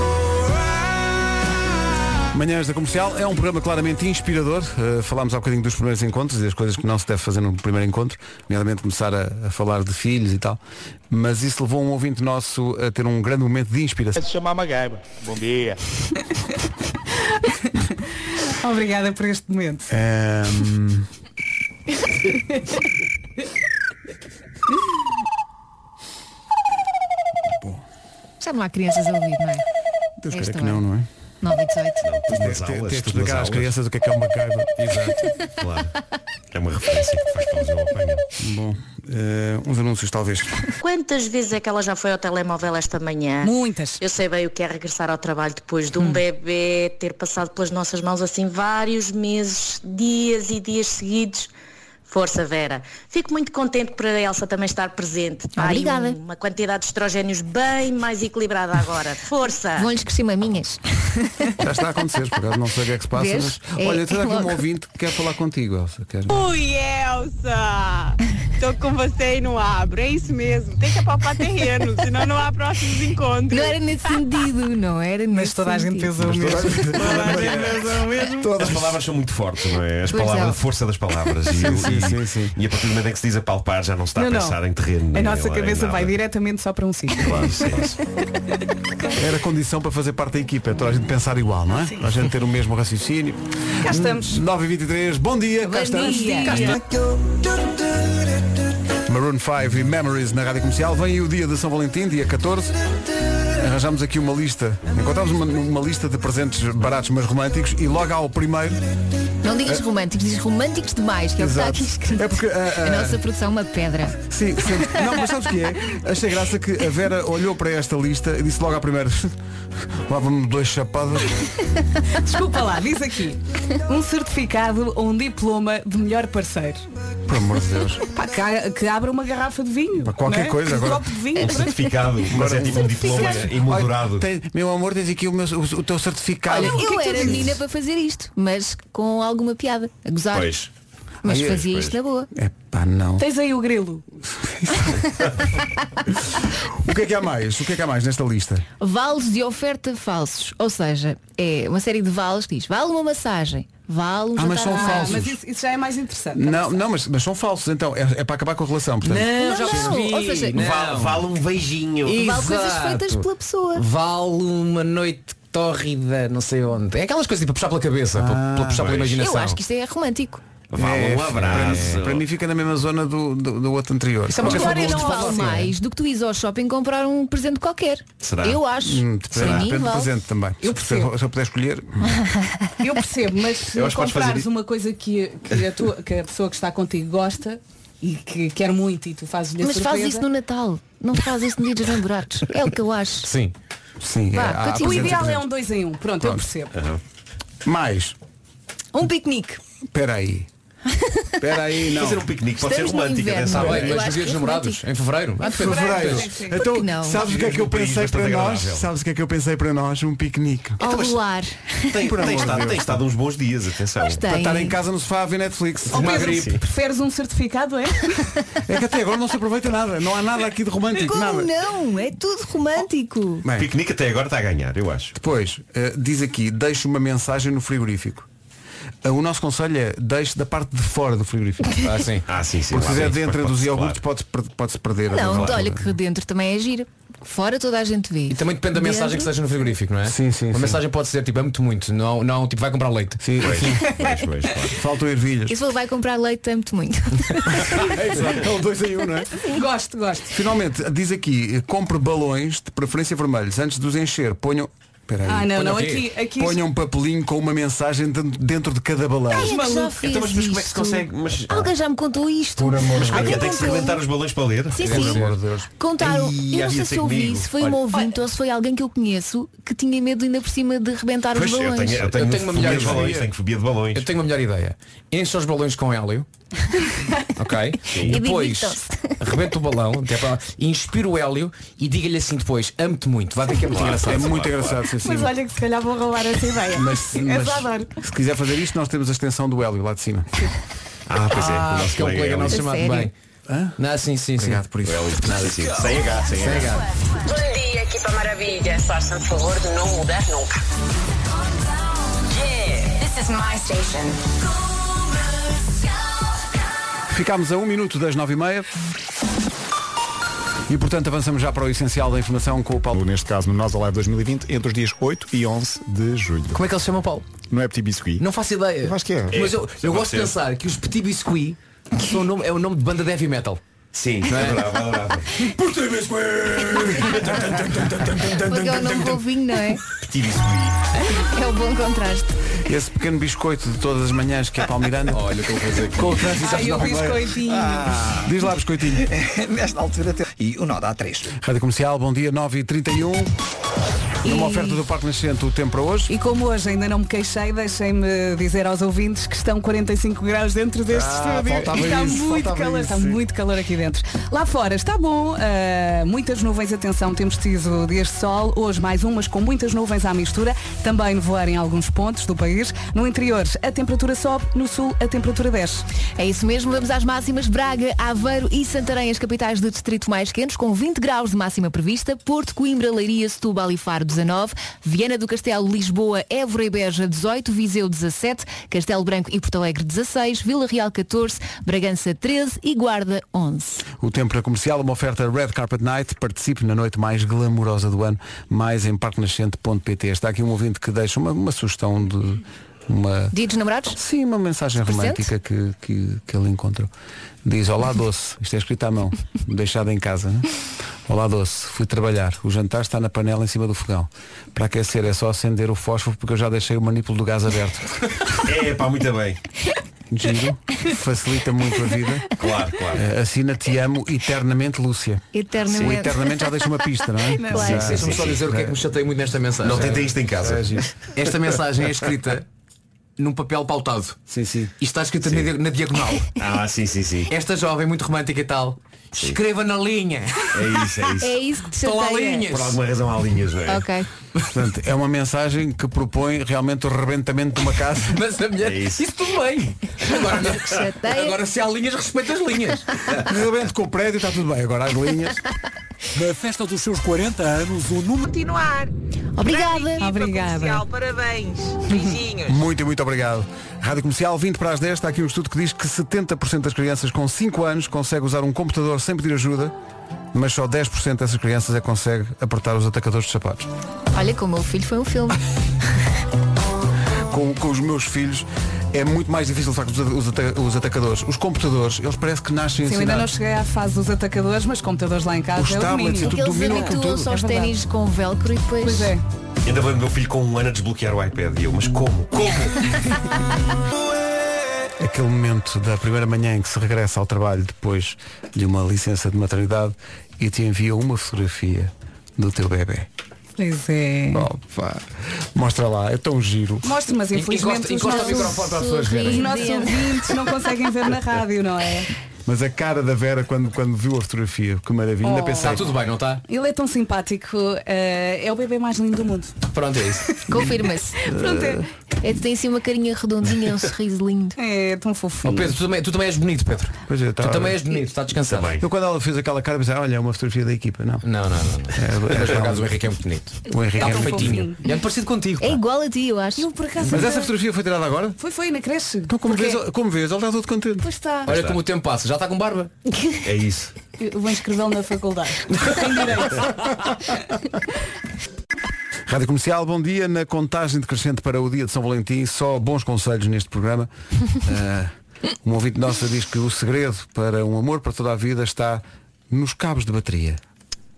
Manhãs da Comercial é um programa claramente inspirador. Uh, falámos há bocadinho dos primeiros encontros e das coisas que não se deve fazer no primeiro encontro, nomeadamente começar a, a falar de filhos e tal. Mas isso levou um ouvinte nosso a ter um grande momento de inspiração.
Se chama Magaiba. Bom dia.
Obrigada por este momento.
Ahm,
Já não há crianças a ouvir, não é?
Deus
Esta
queira que
hora.
não, não é?
9 e 18.
Tem
nas
tem-
aulas,
tem que
tu nas
explicar às
aulas.
crianças o que é que é uma caiba.
Exato. Claro. É uma referência que faz pausa ao apanho.
Bom, eh, uns anúncios talvez.
Quantas vezes é que ela já foi ao telemóvel esta manhã?
Muitas.
Eu sei bem o que é regressar ao trabalho depois de
Hum.
um bebê ter passado pelas nossas mãos assim vários meses, dias e dias seguidos. Força, Vera. Fico muito contente por a Elsa também estar presente. Há aí
Obrigada.
um- Uma quantidade de estrogénios bem mais equilibrada agora. Força!
Vão-lhes crescer maminhas.
Já está a acontecer, por acaso não sei o que é que se passa,
Vês?
mas
É-
olha,
é
terá aqui um
louco.
ouvinte que quer falar contigo, Elsa. Quer...
Ui, Elsa! Estou com você e não abro, é isso mesmo. Tem que apalpar terreno, senão não há próximos encontros.
Não era nesse sentido, não era nesse Mas toda a gente fez
o
As palavras são muito fortes, não é? As
Pois
palavras,
é.
a força das palavras. E,
Sim,
o-
sim,
e-
sim,
e a partir do momento em que se diz a palpar, já não se está a
Não, não.
pensar em terreno.
A
nem
nossa
em
cabeça
é nada.
vai diretamente só para um sítio.
Era condição para fazer parte da equipa, é toda a gente pensar igual, não é? Toda A gente ter o mesmo raciocínio.
Cá estamos.
9 e 23 bom dia,
Bom
cá estamos.
dia.
Cá estamos. Maroon 5 e Memories na Rádio Comercial. Vem aí o dia de São Valentim, dia 14. Arranjamos aqui uma lista. Encontramos uma, uma lista de presentes baratos mas românticos e logo ao primeiro.
Não digas
É.
românticos, diz românticos demais, que é o que está aqui escrito.
É porque ah,
A
ah,
nossa produção é uma pedra.
Sim, sim. Não, mas sabes o que é? Achei graça que a Vera olhou para esta lista e disse logo à primeira Lava-me dois chapadas
Desculpa lá, diz aqui. Um certificado ou um diploma de melhor parceiro.
Por amor de Deus
Pá, que, a- que abra uma garrafa de vinho.
Pá, qualquer
não é?
coisa
Um
agora.
copo de vinho.
Um certificado, mas é tipo um diploma
Certificado.
emoldurado.
Meu amor, tens aqui o, meu- o- o é teu certificado
Olha, eu era menina para fazer isto, mas com alguma piada, a gozar.
Pois.
Mas
Ai, é,
fazia
pois.
isto na boa.
Pá, não
Tens aí o grilo.
O que é que há mais? O que é que há mais nesta lista?
Vales de oferta falsos. Ou seja, é uma série de vales que diz, vale uma massagem, vale um
Ah, mas
jantar
são
ao mar.
falsos.
Mas isso, isso já é mais interessante.
Não, não mas, mas são falsos, então é, é para acabar com a relação portanto.
Não, já Não, percebi, ou seja, não.
Vale, vale um beijinho.
Vale coisas feitas pela pessoa.
Vale uma noite tórrida, não sei onde. É aquelas coisas tipo puxar pela cabeça, pela- pela puxar pela
pois.
imaginação.
Eu acho que isto é romântico.
Vale um abraço.
É, Para mim, para mim fica na mesma zona do, do, do outro anterior
é
Mas Agora não vale mais do que tu ires ao shopping comprar um presente qualquer. Eu acho.
Hum,
Para
depende,
mim,
depende do
vale.
presente também
Eu
se,
percebo.
se eu puder escolher
Eu percebo, mas se
Eu acho que podes
comprares
fazer i-
uma coisa que, que, a tua- que a pessoa que está contigo gosta e que quer muito e tu fazes-lhe a
Mas faz
surpresa,
isso no Natal. Não faz isso no dia dos namorados. É o que eu acho.
Sim Sim,
Vá,
é, há
continua.
O
presentes e
ideal é
presentes.
um dois em um. Pronto, eu percebo.
Aham. Mais
Um piquenique.
Espera aí. Espera aí, não.
Fazer um piquenique pode
Estamos
ser
no
romântico,
inverno.
atenção.
Tá
bem, Eu mas acho no dia que dos é namorados,
em fevereiro?
Ah, depende.
fevereiro.
Sim, sim. Por que
Então,
não?
sabes o que é que eu
Um país
pensei para
bastante
nós?
agradável.
Sabes o que é que eu pensei para nós? Um piquenique.
Ao luar.
Tem,
Por
tem
amor de
estado,
Deus.
tem estado uns bons dias, atenção.
Mas tem.
Para estar em casa no sofá a ver Netflix.
Ó, Pedro, preferes um certificado, é?
É que até agora não se aproveita nada. Não há nada aqui de romântico.
Como
nada.
um
não? É tudo romântico.
Bem.
Piquenique até agora está a ganhar, eu acho.
Depois, eh, diz aqui, deixe uma mensagem no frigorífico. Eh, o nosso conselho é deixe da parte de fora do frigorífico.
Ah, sim.
Ah, sim, sim.
Porque se
lá
estiver
dentro,
dentro
pode-se
dos
colar.
iogurtes pode-se per- pode-se perder.
Não,
Claro.
olha que dentro também é giro. Fora toda a gente vê.
E também depende da mensagem que
Dentro-
seja no frigorífico, não é? Sim, sim. Uma mensagem pode ser tipo, é muito muito, não, não, tipo, vai comprar leite.
Sim,
sim.
Faltam ervilhas.
E se ele vai comprar leite, amo-te muito.
É o dois em um, não é?
gosto, gosto.
Finalmente, diz aqui, eh, compre balões de preferência vermelhos. Antes de os encher, ponham. Espera aí.
Ah, não,
Ponham
não,
o quê?
aqui- aqui-
Ponham um papelinho com uma mensagem de- dentro de cada balão.
Ai, é que já fiz
Então, mas, mas como é que se
isto.
consegue? Mas,
Alguém já me contou isto. Ah,
Por amor
mas
de
como é que
Deus.
é? tem que se rebentar os balões para ler?
Sim, sim.
Por amor
de Deus.
Contaram,
Ai,
eu não
havia
sei
de
se
ser
eu vi,
comigo.
se foi um
Olha.
ouvinte ou se foi alguém que eu conheço que tinha medo ainda por cima de rebentar
Pois,
os
eu
balões.
tenho, eu tenho,
Eu tenho uma
fobia
melhor
de balões,
ideia.
tenho fobia de balões.
Eu tenho a melhor ideia. Enche os balões com hélio. ok?
Sim.
Depois
divirtam-se.
rebenta o balão, até para, inspira o hélio e diga-lhe assim depois, amo-te muito. Vai ver que é muito
Claro,
engraçado.
é muito engraçado, sim, sim.
Mas olha que se calhar vou roubar essa ideia.
Mas,
Eu só adoro.
mas se quiser fazer isto, nós temos a extensão do Hélio lá de cima.
Ah, pois é.
Ah,
o nosso
que é um colega
Hélio.
nosso
A
chamado
sério?
bem. Não, sim, sim, sim.
Obrigado por isso.
Hélio, nada assim. Sem H, sem H.
Bom dia, equipa maravilha. Façam favor de não mudar nunca. Yeah, this is my station.
Ficámos a um minuto das nove e meia. E portanto avançamos já para o essencial da informação com o Paulo.
Neste caso, no Nós Live 2020, entre os dias 8 e 11 de julho.
Como é que ele se chama, Paulo?
Não é Petit Biscuit?
Não faço ideia.
Eu acho que é.
Mas eu,
É,
eu
pode
gosto de
ser.
pensar que os Petit Biscuit são o nome- é o nome de banda de heavy metal.
Sim,
Não é?
adorava, adorava.
Petit Biscuit!
Porque é o nome golfinho, não é?
Petit biscuit.
É o bom contraste.
Esse pequeno biscoito de todas as manhãs que é Paulo Miranda.
Olha, o que eu vou fazer aqui.
Com o trânsito às
Ai, o
nove e meia. Ah.
biscoitinho.
Diz lá, biscoitinho.
É, Nesta altura até- E o nó dá 3.
Rádio Comercial, bom dia, 9h31. Numa
E-
oferta do Parque Nascente, o tempo para hoje.
E como hoje ainda não me queixei, deixem-me dizer aos ouvintes que estão 45 graus dentro deste
Ah,
estúdio.
faltava
E está
isso,
muito
faltava
calor,
isso,
está
sim.
muito calor aqui dentro. Lá fora está bom, ah, muitas nuvens, atenção, temos tido dias de sol, hoje mais umas com muitas nuvens à mistura, também nevoar em alguns pontos do país. No interior a temperatura sobe, no sul a temperatura desce.
É isso mesmo, vamos às máximas. Braga, Aveiro e Santarém, as capitais do distrito mais quentes, com 20 graus de máxima prevista. Porto, Coimbra, Leiria, Setúbal e Faro, 19. Viana do Castelo, Lisboa, Évora e Beja, 18. Viseu, 17. Castelo Branco e Porto Alegre, 16. Vila Real, 14. Bragança, 13. E Guarda, 11.
O tempo para comercial, uma oferta Red Carpet Night. Participe na noite mais glamourosa do ano, mais em parquenascente.pt. Está aqui um ouvinte que deixa uma, uma sugestão de uma
Dia dos namorados?
Sim, uma mensagem romântica que, que, que ele encontrou. Diz, olá doce, isto é escrito à mão, deixado em casa. né? Olá doce, fui trabalhar, o jantar está na panela em cima do fogão. Para aquecer é só acender o fósforo porque eu já deixei o manípulo do gás aberto.
É, pá, muito bem.
Giro, facilita muito a vida.
Claro, claro.
Eh, Assina Te Amo Eternamente Lúcia.
Eternamente.
O eternamente já deixa uma pista, não é?
Não.
Já,
Sim, sim, Deixa-me só
sim, sim.
dizer o que é que me chatei muito nesta mensagem.
Não tentem isto em casa.
É giro. Esta mensagem é escrita num papel pautado.
Sim, sim.
E está escrita na dia- na diagonal.
Ah, sim, sim, sim.
Esta jovem muito romântica e tal. Escreva na linha.
É isso, é isso.
É isso que te
Estão lá
chateia.
linhas.
Por alguma razão há linhas, não é?
Ok.
Portanto, é uma mensagem que propõe realmente o rebentamento de uma casa. É
Mas a mulher, É isso. tudo bem. Agora,
Chateia.
agora se há linhas, respeita as linhas.
Rebento com o prédio, está tudo bem. Agora as linhas.
Na festa dos seus 40 anos, o número...
Continuar.
Obrigada.
Grande equipa
Obrigada.
comercial, Parabéns. Beijinhos.
Muito, muito obrigado. Rádio Comercial, 20 para as 10, está aqui um estudo que diz que 70% das crianças com 5 anos consegue usar um computador sem pedir ajuda, mas só 10% dessas crianças é que consegue apertar os atacadores de sapatos.
Olha, com o meu filho foi um filme.
Com, com os meus filhos é muito mais difícil de facto os, os ata- os atacadores. Os computadores, eles parece que nascem
Sim, eu ainda não
ensinados.
cheguei à fase dos atacadores, mas computadores lá em casa
Os
é o
tablets e
domínio.
tudo,
Eles
dominam aquilo tudo.
habituam-se aos
É verdade.
ténis com velcro e depois.
Pois é.
Ainda bem que o meu filho com um ano a desbloquear o iPad. E eu, mas como? Como?
Aquele momento da primeira manhã em que se regressa ao trabalho depois de uma licença de maternidade e te envia uma fotografia do teu bebê.
Pois é.
Opa. Mostra lá, é tão giro.
Mostre, mas
Encosta-
infelizmente os
encosta o
nossos,
microfone para as pessoas verem.
os nossos ouvintes não conseguem ver na rádio, não é?
Mas a cara da Vera quando, quando viu a fotografia, que maravilha. Ainda
Oh.
pensei,
Está Tá tudo bem, não está?
Ele é tão simpático, eh, é o bebê mais lindo do mundo.
Pronto, é isso.
Confirma-se.
Pronto, é,
É que tem assim uma carinha redondinha, um sorriso lindo.
é tão fofo.
Oh, Pedro, tu também, tu também és bonito, Pedro.
Pois é, tá-
Tu também és bonito, está descansado.
Também.
Eu quando ela fez aquela cara pensei, olha, é uma fotografia da equipa. Não.
Não, não, não. não.
É,
Mas por
é-
acaso o Henrique é muito bonito.
o Henrique
Está
é muito-
perfeitinho. É parecido contigo.
É
pá.
igual a ti, eu acho.
Eu por acaso.
Mas
ainda-
essa fotografia foi tirada agora?
Foi, foi, na creche.
Então como
Porque-
vês, como vês, ele está todo contente.
Pois está.
Olha como o tempo passa, já está com barba.
É isso.
Eu Vou inscrevê-lo na faculdade. Tem direito.
Rádio Comercial, bom dia. Na contagem decrescente para o dia de São Valentim, só bons conselhos neste programa. Ah, um ouvinte nosso diz que o segredo para um amor para toda a vida está nos cabos de bateria.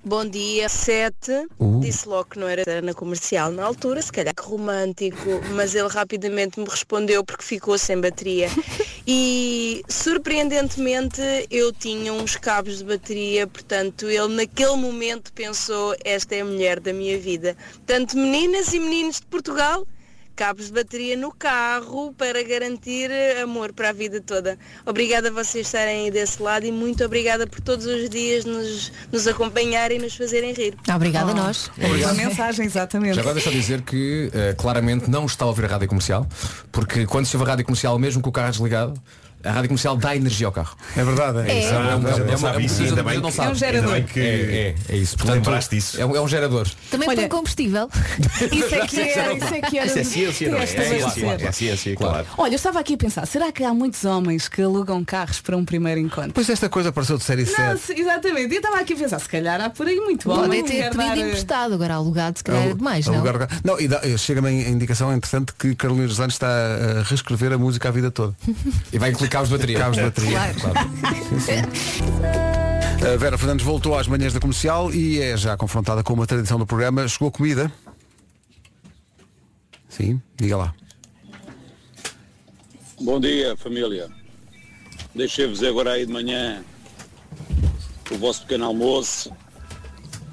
Bom dia, 7.
Uh.
Disse logo que não era era na comercial na altura, se calhar que romântico, mas ele rapidamente me respondeu porque ficou sem bateria. E surpreendentemente eu tinha uns cabos de bateria, portanto ele naquele momento pensou esta é a mulher da minha vida. Portanto, meninas e meninos de Portugal, cabos de bateria no carro para garantir eh, amor para a vida toda. Obrigada a vocês estarem aí desse lado e muito obrigada por todos os dias nos, nos acompanharem e nos fazerem rir.
Obrigada a nós.
Uma mensagem, exatamente.
Já agora deixa eu dizer que eh, claramente não está a ouvir a rádio comercial, porque quando se ouve a rádio comercial, mesmo com o carro desligado, a rádio comercial dá energia ao carro. um
É verdade, é, isso.
Ah, mas eu não sabia isso. Ainda bem que-
sabe.
É um gerador.
ainda bem que-
É, é, é isso. Portanto,
Lembraste disso.
É um, é um gerador.
Também
Olha-
põe combustível.
Isso é que era, isso é que era.
Isso é ciência, não é? É
Esta vai
ciência,
ser.
é ciência, claro.
Olha, eu estava aqui a pensar, será que há muitos homens que alugam carros para um primeiro encontro?
Pois é, esta coisa apareceu de série
Não,
7.
se- exatamente. Eu estava aqui a pensar, se calhar há por aí muito homem.
Podem
que
ter
quer
pedido
dar, eh,
emprestado, agora alugado, se
um-
calhar é demais, não?
Alugar o carro. Não, e dá- eh, chega-me a indicação interessante que Carolina dos Anjos está a reescrever a música a vida toda.
E vai incluir cabos de bateria.
Cabos de bateria.
Claro.
A Vera Fernandes voltou às manhãs da comercial e é já confrontada com uma tradição do programa. Chegou comida. Sim, diga lá.
Bom dia, família. Deixei-vos agora aí de manhã o vosso pequeno almoço.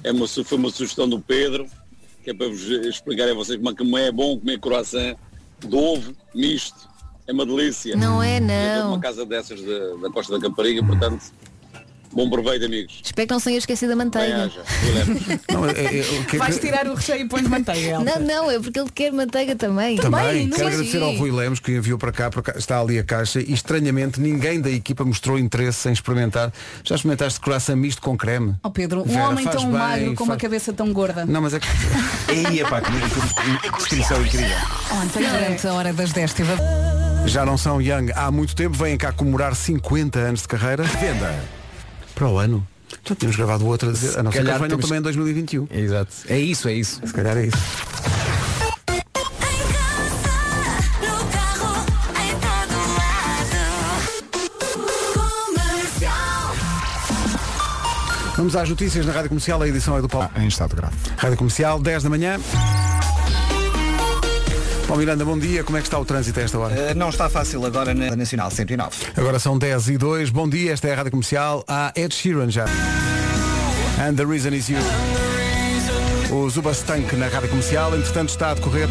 É uma, su- foi uma sugestão do Pedro, que
que é para vos explicar a vocês como- como é bom comer croissant de ovo misto. É uma delícia.
Não é, não.
Eu estou numa casa dessas da, da Costa da Capariga, portanto, bom proveito, amigos.
Espero que não se tenha esquecido da manteiga.
Haja, Violemos.
Não, é- é- é- que-
Vais tirar o recheio e pões manteiga. Elsa.
Não, não, é porque ele quer manteiga também.
Também,
não
quero
é?
agradecer
assim.
ao Rui Lemos que enviou para cá, por cá- está ali a caixa e estranhamente ninguém da equipa mostrou interesse em experimentar. Já experimentaste croissant misto com creme?
Ó Pedro, um
Vera,
homem
faz
tão
bem,
magro com uma
faz-
cabeça tão gorda.
Não, mas é que. Ei, epá, que, que, que descrição incrível.
Ontem, durante a hora das 10, teve a...
Já não são Young há muito tempo, vêm cá comemorar 50 anos de carreira. Venda. Para o ano. Já tínhamos gravado outra, a não ser que eles venham também em 2021.
Exato. É isso, é isso.
Se calhar é isso. Vamos às notícias na Rádio Comercial, a edição é do Paulo.
Ah, em estado grave.
Rádio Comercial, 10 da manhã. Paulo Miranda, bom dia. Como é que está o trânsito a esta hora?
Eh, Não está fácil agora na Nacional 109.
Agora são 10 e 2. Bom dia, esta é a Rádio Comercial. Há Ed Sheeran já. And the reason is you. O Zubastank na Rádio Comercial. Entretanto está a decorrer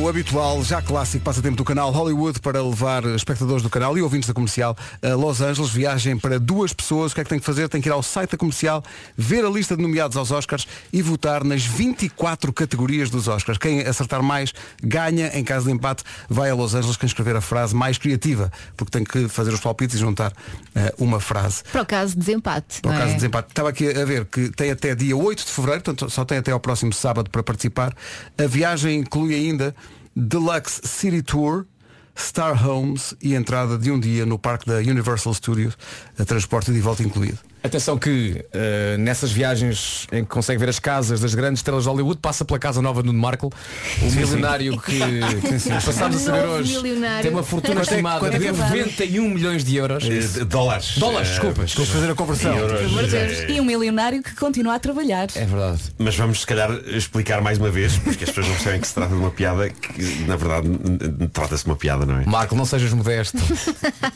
o habitual, já clássico passatempo do canal Hollywood para levar espectadores do canal e ouvintes da comercial a Los Angeles. Viagem para duas pessoas. O que é que tem que fazer? Tem que ir ao site da comercial, ver a lista de nomeados aos Oscars e votar nas 24 categorias dos Oscars. Quem acertar mais ganha. Em caso de empate, vai a Los Angeles quem escrever a frase mais criativa, porque tem que fazer os palpites e juntar eh, uma frase.
Para o caso de desempate.
Para o
não
caso
é?
de desempate. Estava aqui a ver que tem até dia 8 de fevereiro, portanto só tem até ao próximo sábado para participar. A viagem inclui ainda Deluxe City Tour, Star Homes e entrada de um dia no parque da Universal Studios, a transporte de volta incluído.
Atenção que eh, nessas viagens em que consegue ver as casas das grandes estrelas de Hollywood, passa pela casa nova de Nuno Markle, o
Sim, sim.
milionário que
Sim, sim.
passámos a saber
Novo
hoje.
milionário.
Tem uma fortuna
Quanto é-
estimada
quanto é
de
que vale?
91 milhões de euros.
Eh, dólares.
Dólares,
Eh,
desculpa.
desculpa fazer a conversão. Euros.
Por amor de Deus.
Eh,
E um milionário que continua a trabalhar.
É verdade.
Mas vamos se calhar explicar mais uma vez, porque as pessoas não percebem que se trata de uma piada que na verdade n- n- trata-se de uma piada, não é?
Marco, não sejas modesto.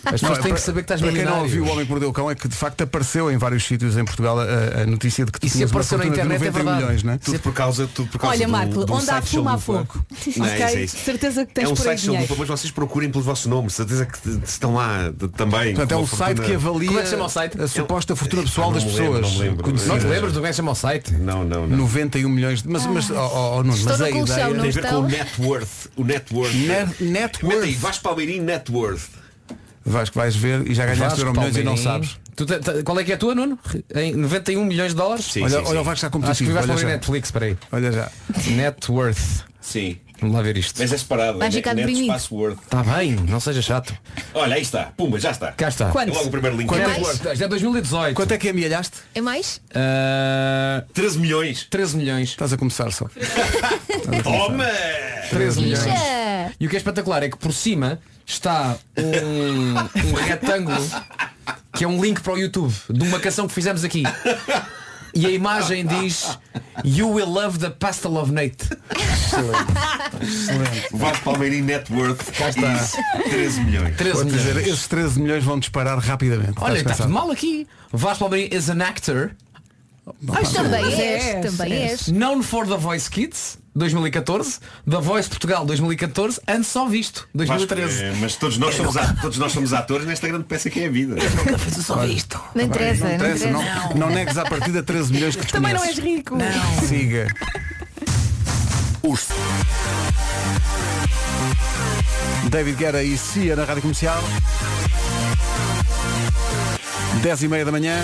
As pessoas têm que saber que estás
é Para quem não
milionário.
ouviu o Homem que Mordeu o Cão é que de facto apareceu em vários sítios em Portugal a, a notícia de que tu
E se
tinhas uma
apareceu na
fortuna de
internet, é
91
verdade.
milhões, não é?
Tudo por causa, tudo por causa
Olha,
de um-
Marco,
de um
onde há
site
fumo
chalupa.
há fogo.
Não,
ok?
é isso, é isso.
Certeza que
É
tens
um
por aí
site
dinheiro.
chalupa, mas vocês procurem pelo vosso nome, certeza que t- estão lá de- também.
Portanto,
com
é um
uma
site
fortuna- é
que avalia
é
a suposta fortuna pessoal
não
das
me lembro,
pessoas.
não me lembro.
Conhecidas.
Não te lembras
do que chama o site?
Não, não, não.
91 milhões de. Mas, mas, oh, oh, oh, Nuno,
Ah. Estou
mas
no
a
colchão,
ideia.
não Tem a ver estão? com o net worth. O net worth.
Net, net worth.
Aí, Vasco Palmeirinho Net Worth.
Vais que vais ver e já ganhaste
Vasco,
euro milhões e não
Palmeirinho.
sabes.
Tu te- te- qual é que é a tua, Nuno? Em 91 milhões de dólares?
Sim, Olha- sim, olha, sim. o Vasco está competitivo,
Acho que vais
olha
para
já.
Netflix, peraí.
Olha já.
Net worth.
Sim.
Vamos lá ver isto.
Mas é separado.
Vai
é
ficar
net
deprimido.
espaço worth.
Está bem, não seja chato.
Olha, aí está. Pumba, já está.
Cá está.
É logo o primeiro link.
Quanto
Net
é
worth.
que- Já é 2018.
Quanto é que amealhaste?
É mais?
13 milhões.
13 Ah, milhões.
Estás a começar só.
Toma!
13 milhões.
Ixi.
E o que é espetacular é que por cima está um, um retângulo que é um link para o YouTube de uma canção que fizemos aqui. E a imagem diz You will love the pastel of Nate.
Vasco Palmeirinho Net Worth. Cá
está.
13 milhões. é?
13
Vou-te dizer,
milhões.
esses 13 milhões vão disparar rapidamente. Estás
Olha, estás
cansado?
mal aqui. Vasco Palmeirinho is an actor.
Mas também és, também és.
Known for The Voice Kids 2014, The Voice Portugal 2014, antes só visto
Vasco,
2013.
eh, mas todos nós, somos a- todos nós somos atores nesta grande peça que é a vida.
só isto.
Não
Tá bem,
interessa, não interessa.
não, não negues à partida 13 milhões que
Também não és
desconheces.
rico.
Tipo, Siga. Os... David Guerra e Cia na Rádio Comercial. 10 e meia da manhã.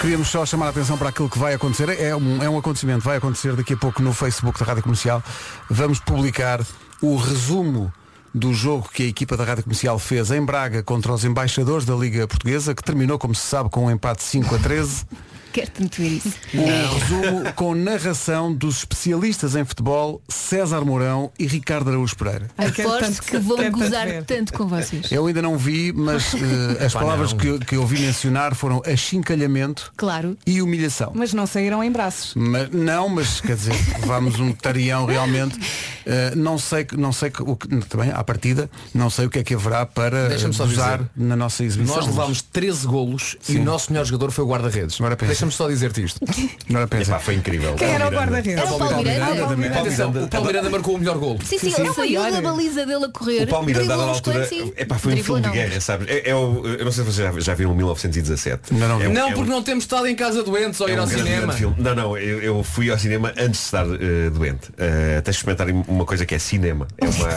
Queríamos só chamar a atenção para aquilo que vai acontecer. É um, é um acontecimento, vai acontecer daqui a pouco no Facebook da Rádio Comercial. Vamos publicar o resumo do jogo que a equipa da Rádio Comercial fez em Braga contra os embaixadores da Liga Portuguesa, que terminou, como se sabe, com um empate 5 a 13.
Quero-te muito ver isso.
É.
Um resumo com narração dos especialistas em futebol César Mourão e Ricardo Araújo Pereira.
Aposto que vão gozar tanto com vocês.
Eu ainda não vi, mas eh, as
Epá,
palavras
não.
que, que ouvi mencionar foram achincalhamento
Claro.
e humilhação.
Mas não saíram em braços.
Mas, não, mas quer dizer, levámos um tarião realmente. Eh, não sei, que- não sei que, o que, também à partida, não sei o que é que haverá para
Deixa-me só
usar
dizer.
na nossa exibição.
Nós levámos 13 golos
Sim.
e o nosso melhor jogador foi o guarda-redes.
Agora pensa.
Deixa-me só dizer-te isto.
Não era pensar.
foi incrível.
Quem era o guarda-redes?
Era o Paulo Miranda.
É Miranda. Atenção, o Paulo Miranda marcou o melhor gol.
Sim, sim, ele saiu da baliza dele a correr.
O Palmeiras dada na
driblou uns
altura
coletes e-
é, pá, foi um
driblou
filme de
não.
guerra, sabes? É, é o- eu não sei se vocês já, já viram o 1917. É um-
não,
é um-
porque não temos estado em casa doentes ou
é
ir
um
ao
grande,
cinema.
grande filme. Não, não, eu, eu fui ao cinema antes de estar eh, doente. Eh, tens de experimentar uma coisa que é cinema. É uma,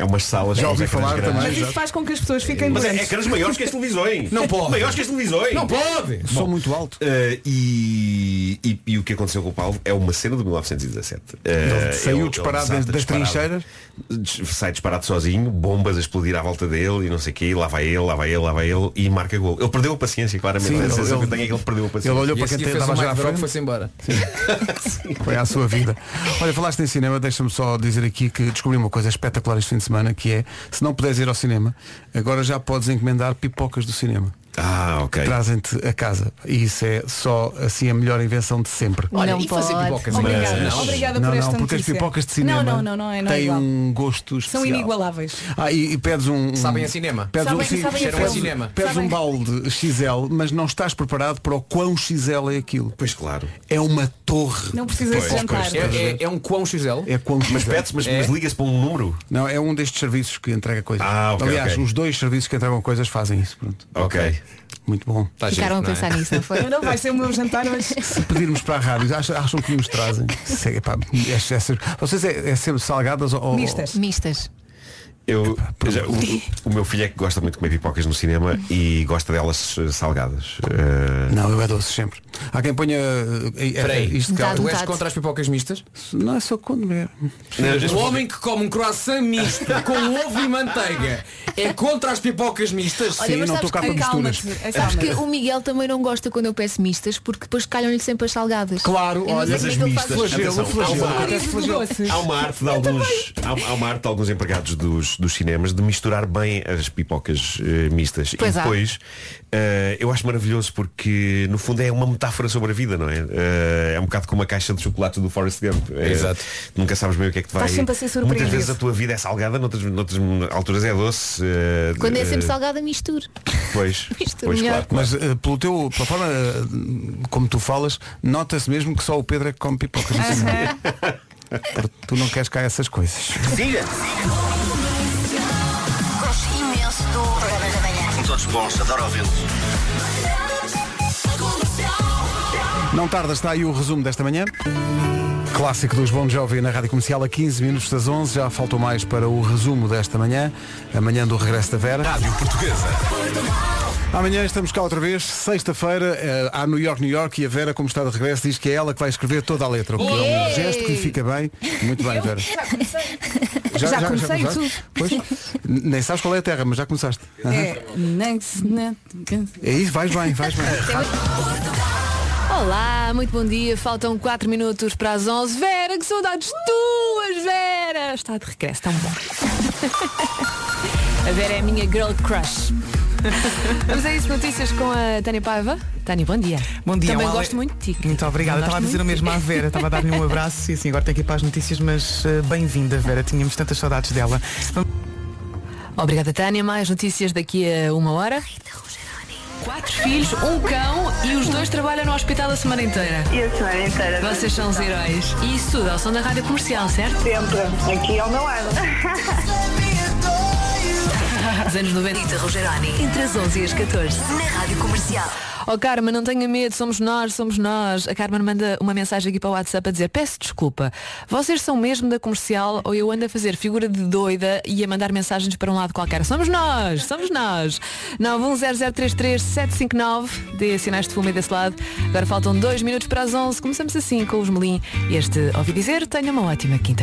é umas salas
Já
com
ouvi
uns ecrãs
falar
grandes.
também.
Mas isso faz com que as pessoas fiquem
Mas é, é
doentes.
caras maiores que as televisões.
Não pode.
Maiores que as televisões.
Não pode.
Sou muito alto.
Eh, e, e- e o que aconteceu com o Paulo é uma cena de 1917. Eh,
Ele saiu disparado
desata
das trincheiras?
Des- Sai disparado sozinho, bombas a explodir à volta dele e não sei o quê, e lá vai ele, lá vai ele, lá vai ele e marca gol. Ele perdeu a paciência, claramente.
Sim,
a
ele-
sensação que
ele-
eu tenho é que ele perdeu a paciência.
ele olhou
E
para
a
quem
seguir fez
estava
o
já à
Mike Drop
frente.
foi-se embora.
Foi à sua vida. Olha, falaste em cinema, deixa-me só dizer aqui que descobri uma coisa espetacular este fim de semana, que é, se não puderes ir ao cinema, agora já podes encomendar pipocas do cinema.
Ah, ok.
Trazem-te a casa. E isso é só assim a melhor invenção de sempre.
Olha,
Não
e fazer
pode.
pipocas em
Obrigada,
casa? Não.
obrigada
não,
por esta
não, porque as
notícia.
pipocas de cinema
Não, não, não, não é, não é
têm
igual.
um gosto especial.
São inigualáveis.
Ah, e, e pedes um, um-
Sabem a cinema.
Pedes
Sabem-
um, sim,
sabem a
pedes, cinema.
filme.
Cinema.
pedes um
Sabem.
balde XL, mas não estás preparado para o quão XL é aquilo.
Pois claro.
É uma torre.
Não precisa de
Pois,
jantar.
pois,
É, é- é um quão XL.
É quão
Mas
XL.
pede-se, mas,
É.
mas liga-se para um número.
Não, é um destes serviços que entrega coisas.
Ah, ok,
Aliás,
ok.
os dois serviços que entregam coisas fazem isso. Pronto.
Ok.
Muito bom.
Tá
Ficaram a
giro, não é?
pensar nisso, não foi?
Eu não vai ser o meu jantar hoje.
Se pedirmos para a rádio, acham, acham que nos trazem? Isso é, pá, estas- estas- vocês é, é sempre salgadas ou- ou.
Mistas.
Mistas.
Eu, já- o, o meu filho é que gosta muito de comer pipocas no cinema e gosta delas eh, salgadas. Eh,
Não, eu é doce sempre. Há quem ponha. eh, eh,
Peraí,
isto cá.
Metade,
Tu és
metade.
contra as pipocas mistas?
Não é só quando é.
O homem que come um croissant misto com um ovo e manteiga é contra as pipocas mistas?
Olha, mas
não
sabes
estou cá
que- é
para misturas.
Acalma-te,
Sabes que
É.
o
acalma-te.
Miguel também não gosta quando eu peço mistas porque depois calham-lhe sempre as salgadas.
Claro,
Eu não
olha,
sei
mas
como é que ele
as
faz
mistas-
isso.
Flagelo,
Atenção, há
flagelo.
uma-
Acontece
Crise de
flagelo.
doces.
Há uma arte de alguns, há, há uma arte de alguns empregados dos, dos cinemas de misturar bem as pipocas eh, mistas.
Pois
e
há.
depois eh, eu acho maravilhoso porque no fundo é uma metáfora sobre a vida, não é? Eh, é um bocado como a caixa de chocolate do Forrest Gump. Eh,
Exato.
Nunca sabes bem o que é que te vai.
Estás sempre a ser
Muitas
surpreendido.
vezes a tua vida é salgada, noutras, noutras alturas é doce. eh,
Quando é
eh,
sempre salgada, misturo.
Pois,
Mistura
pois
melhor.
claro.
Mas eh, pelo teu, pela forma eh, como tu falas, nota-se mesmo que só o Pedro é que come pipocas. no cinema. Porque tu não queres cá essas coisas.
Gosto imenso do programa da manhã.
Todos bons, adoro ouvi-los.
Não tarda, está aí o resumo desta manhã. Clássico dos Bom Jovem na Rádio Comercial a 15 minutos das 11. Já faltam mais para o resumo desta manhã. Amanhã do regresso da Vera. Rádio Portuguesa. Amanhã estamos cá outra vez, sexta-feira, eh, há New York, New York e a Vera, como está de regresso, diz que é ela que vai escrever toda a letra. O que é um gesto que lhe fica bem. Muito bem, Vera.
Já comecei
começaste? Pois, N- nem sabes qual é a terra, mas já começaste.
É, nem que se- nem-
É isso, vais bem, vais bem.
Olá, muito bom dia. Faltam 4 minutos para as 11. Vera, que saudades tuas, Vera! Está de regresso, tão bom. A Vera é a minha girl crush. Vamos a isso, notícias com a Tânia Paiva. Tânia, bom dia.
Bom dia,
Também
um ale-
gosto muito de ti.
Muito obrigada. Estava
Também
a
gosto
dizer o
muito
mesmo
de
à
ti.
Vera. Estava a dar-lhe um abraço e assim, agora tenho que ir para as notícias, mas eh, bem-vinda, Vera. Tínhamos tantas saudades dela. Vamos-
Obrigada, Tânia. Mais notícias daqui a uma hora. Quatro filhos, um cão e os dois trabalham no hospital a semana inteira.
E a semana inteira.
Vocês são os heróis. E isso tudo ao som da rádio comercial, certo?
Sempre. Aqui ao meu lado.
Os anos 90. Rita Rogeroni. Entre as 11 e as 14.
Na Rádio Comercial.
Oh, Carmen, não tenha medo, somos nós, somos nós. A Carmen manda uma mensagem aqui para o WhatsApp a dizer: Peço desculpa, vocês são mesmo da comercial ou eu ando a fazer figura de doida e a mandar mensagens para um lado qualquer? Somos nós, somos nós. 910033759, dê sinais de fumo aí desse lado. Agora faltam dois minutos para as 11. Começamos assim com os Melim. Este ouvi dizer, tenha uma ótima quinta.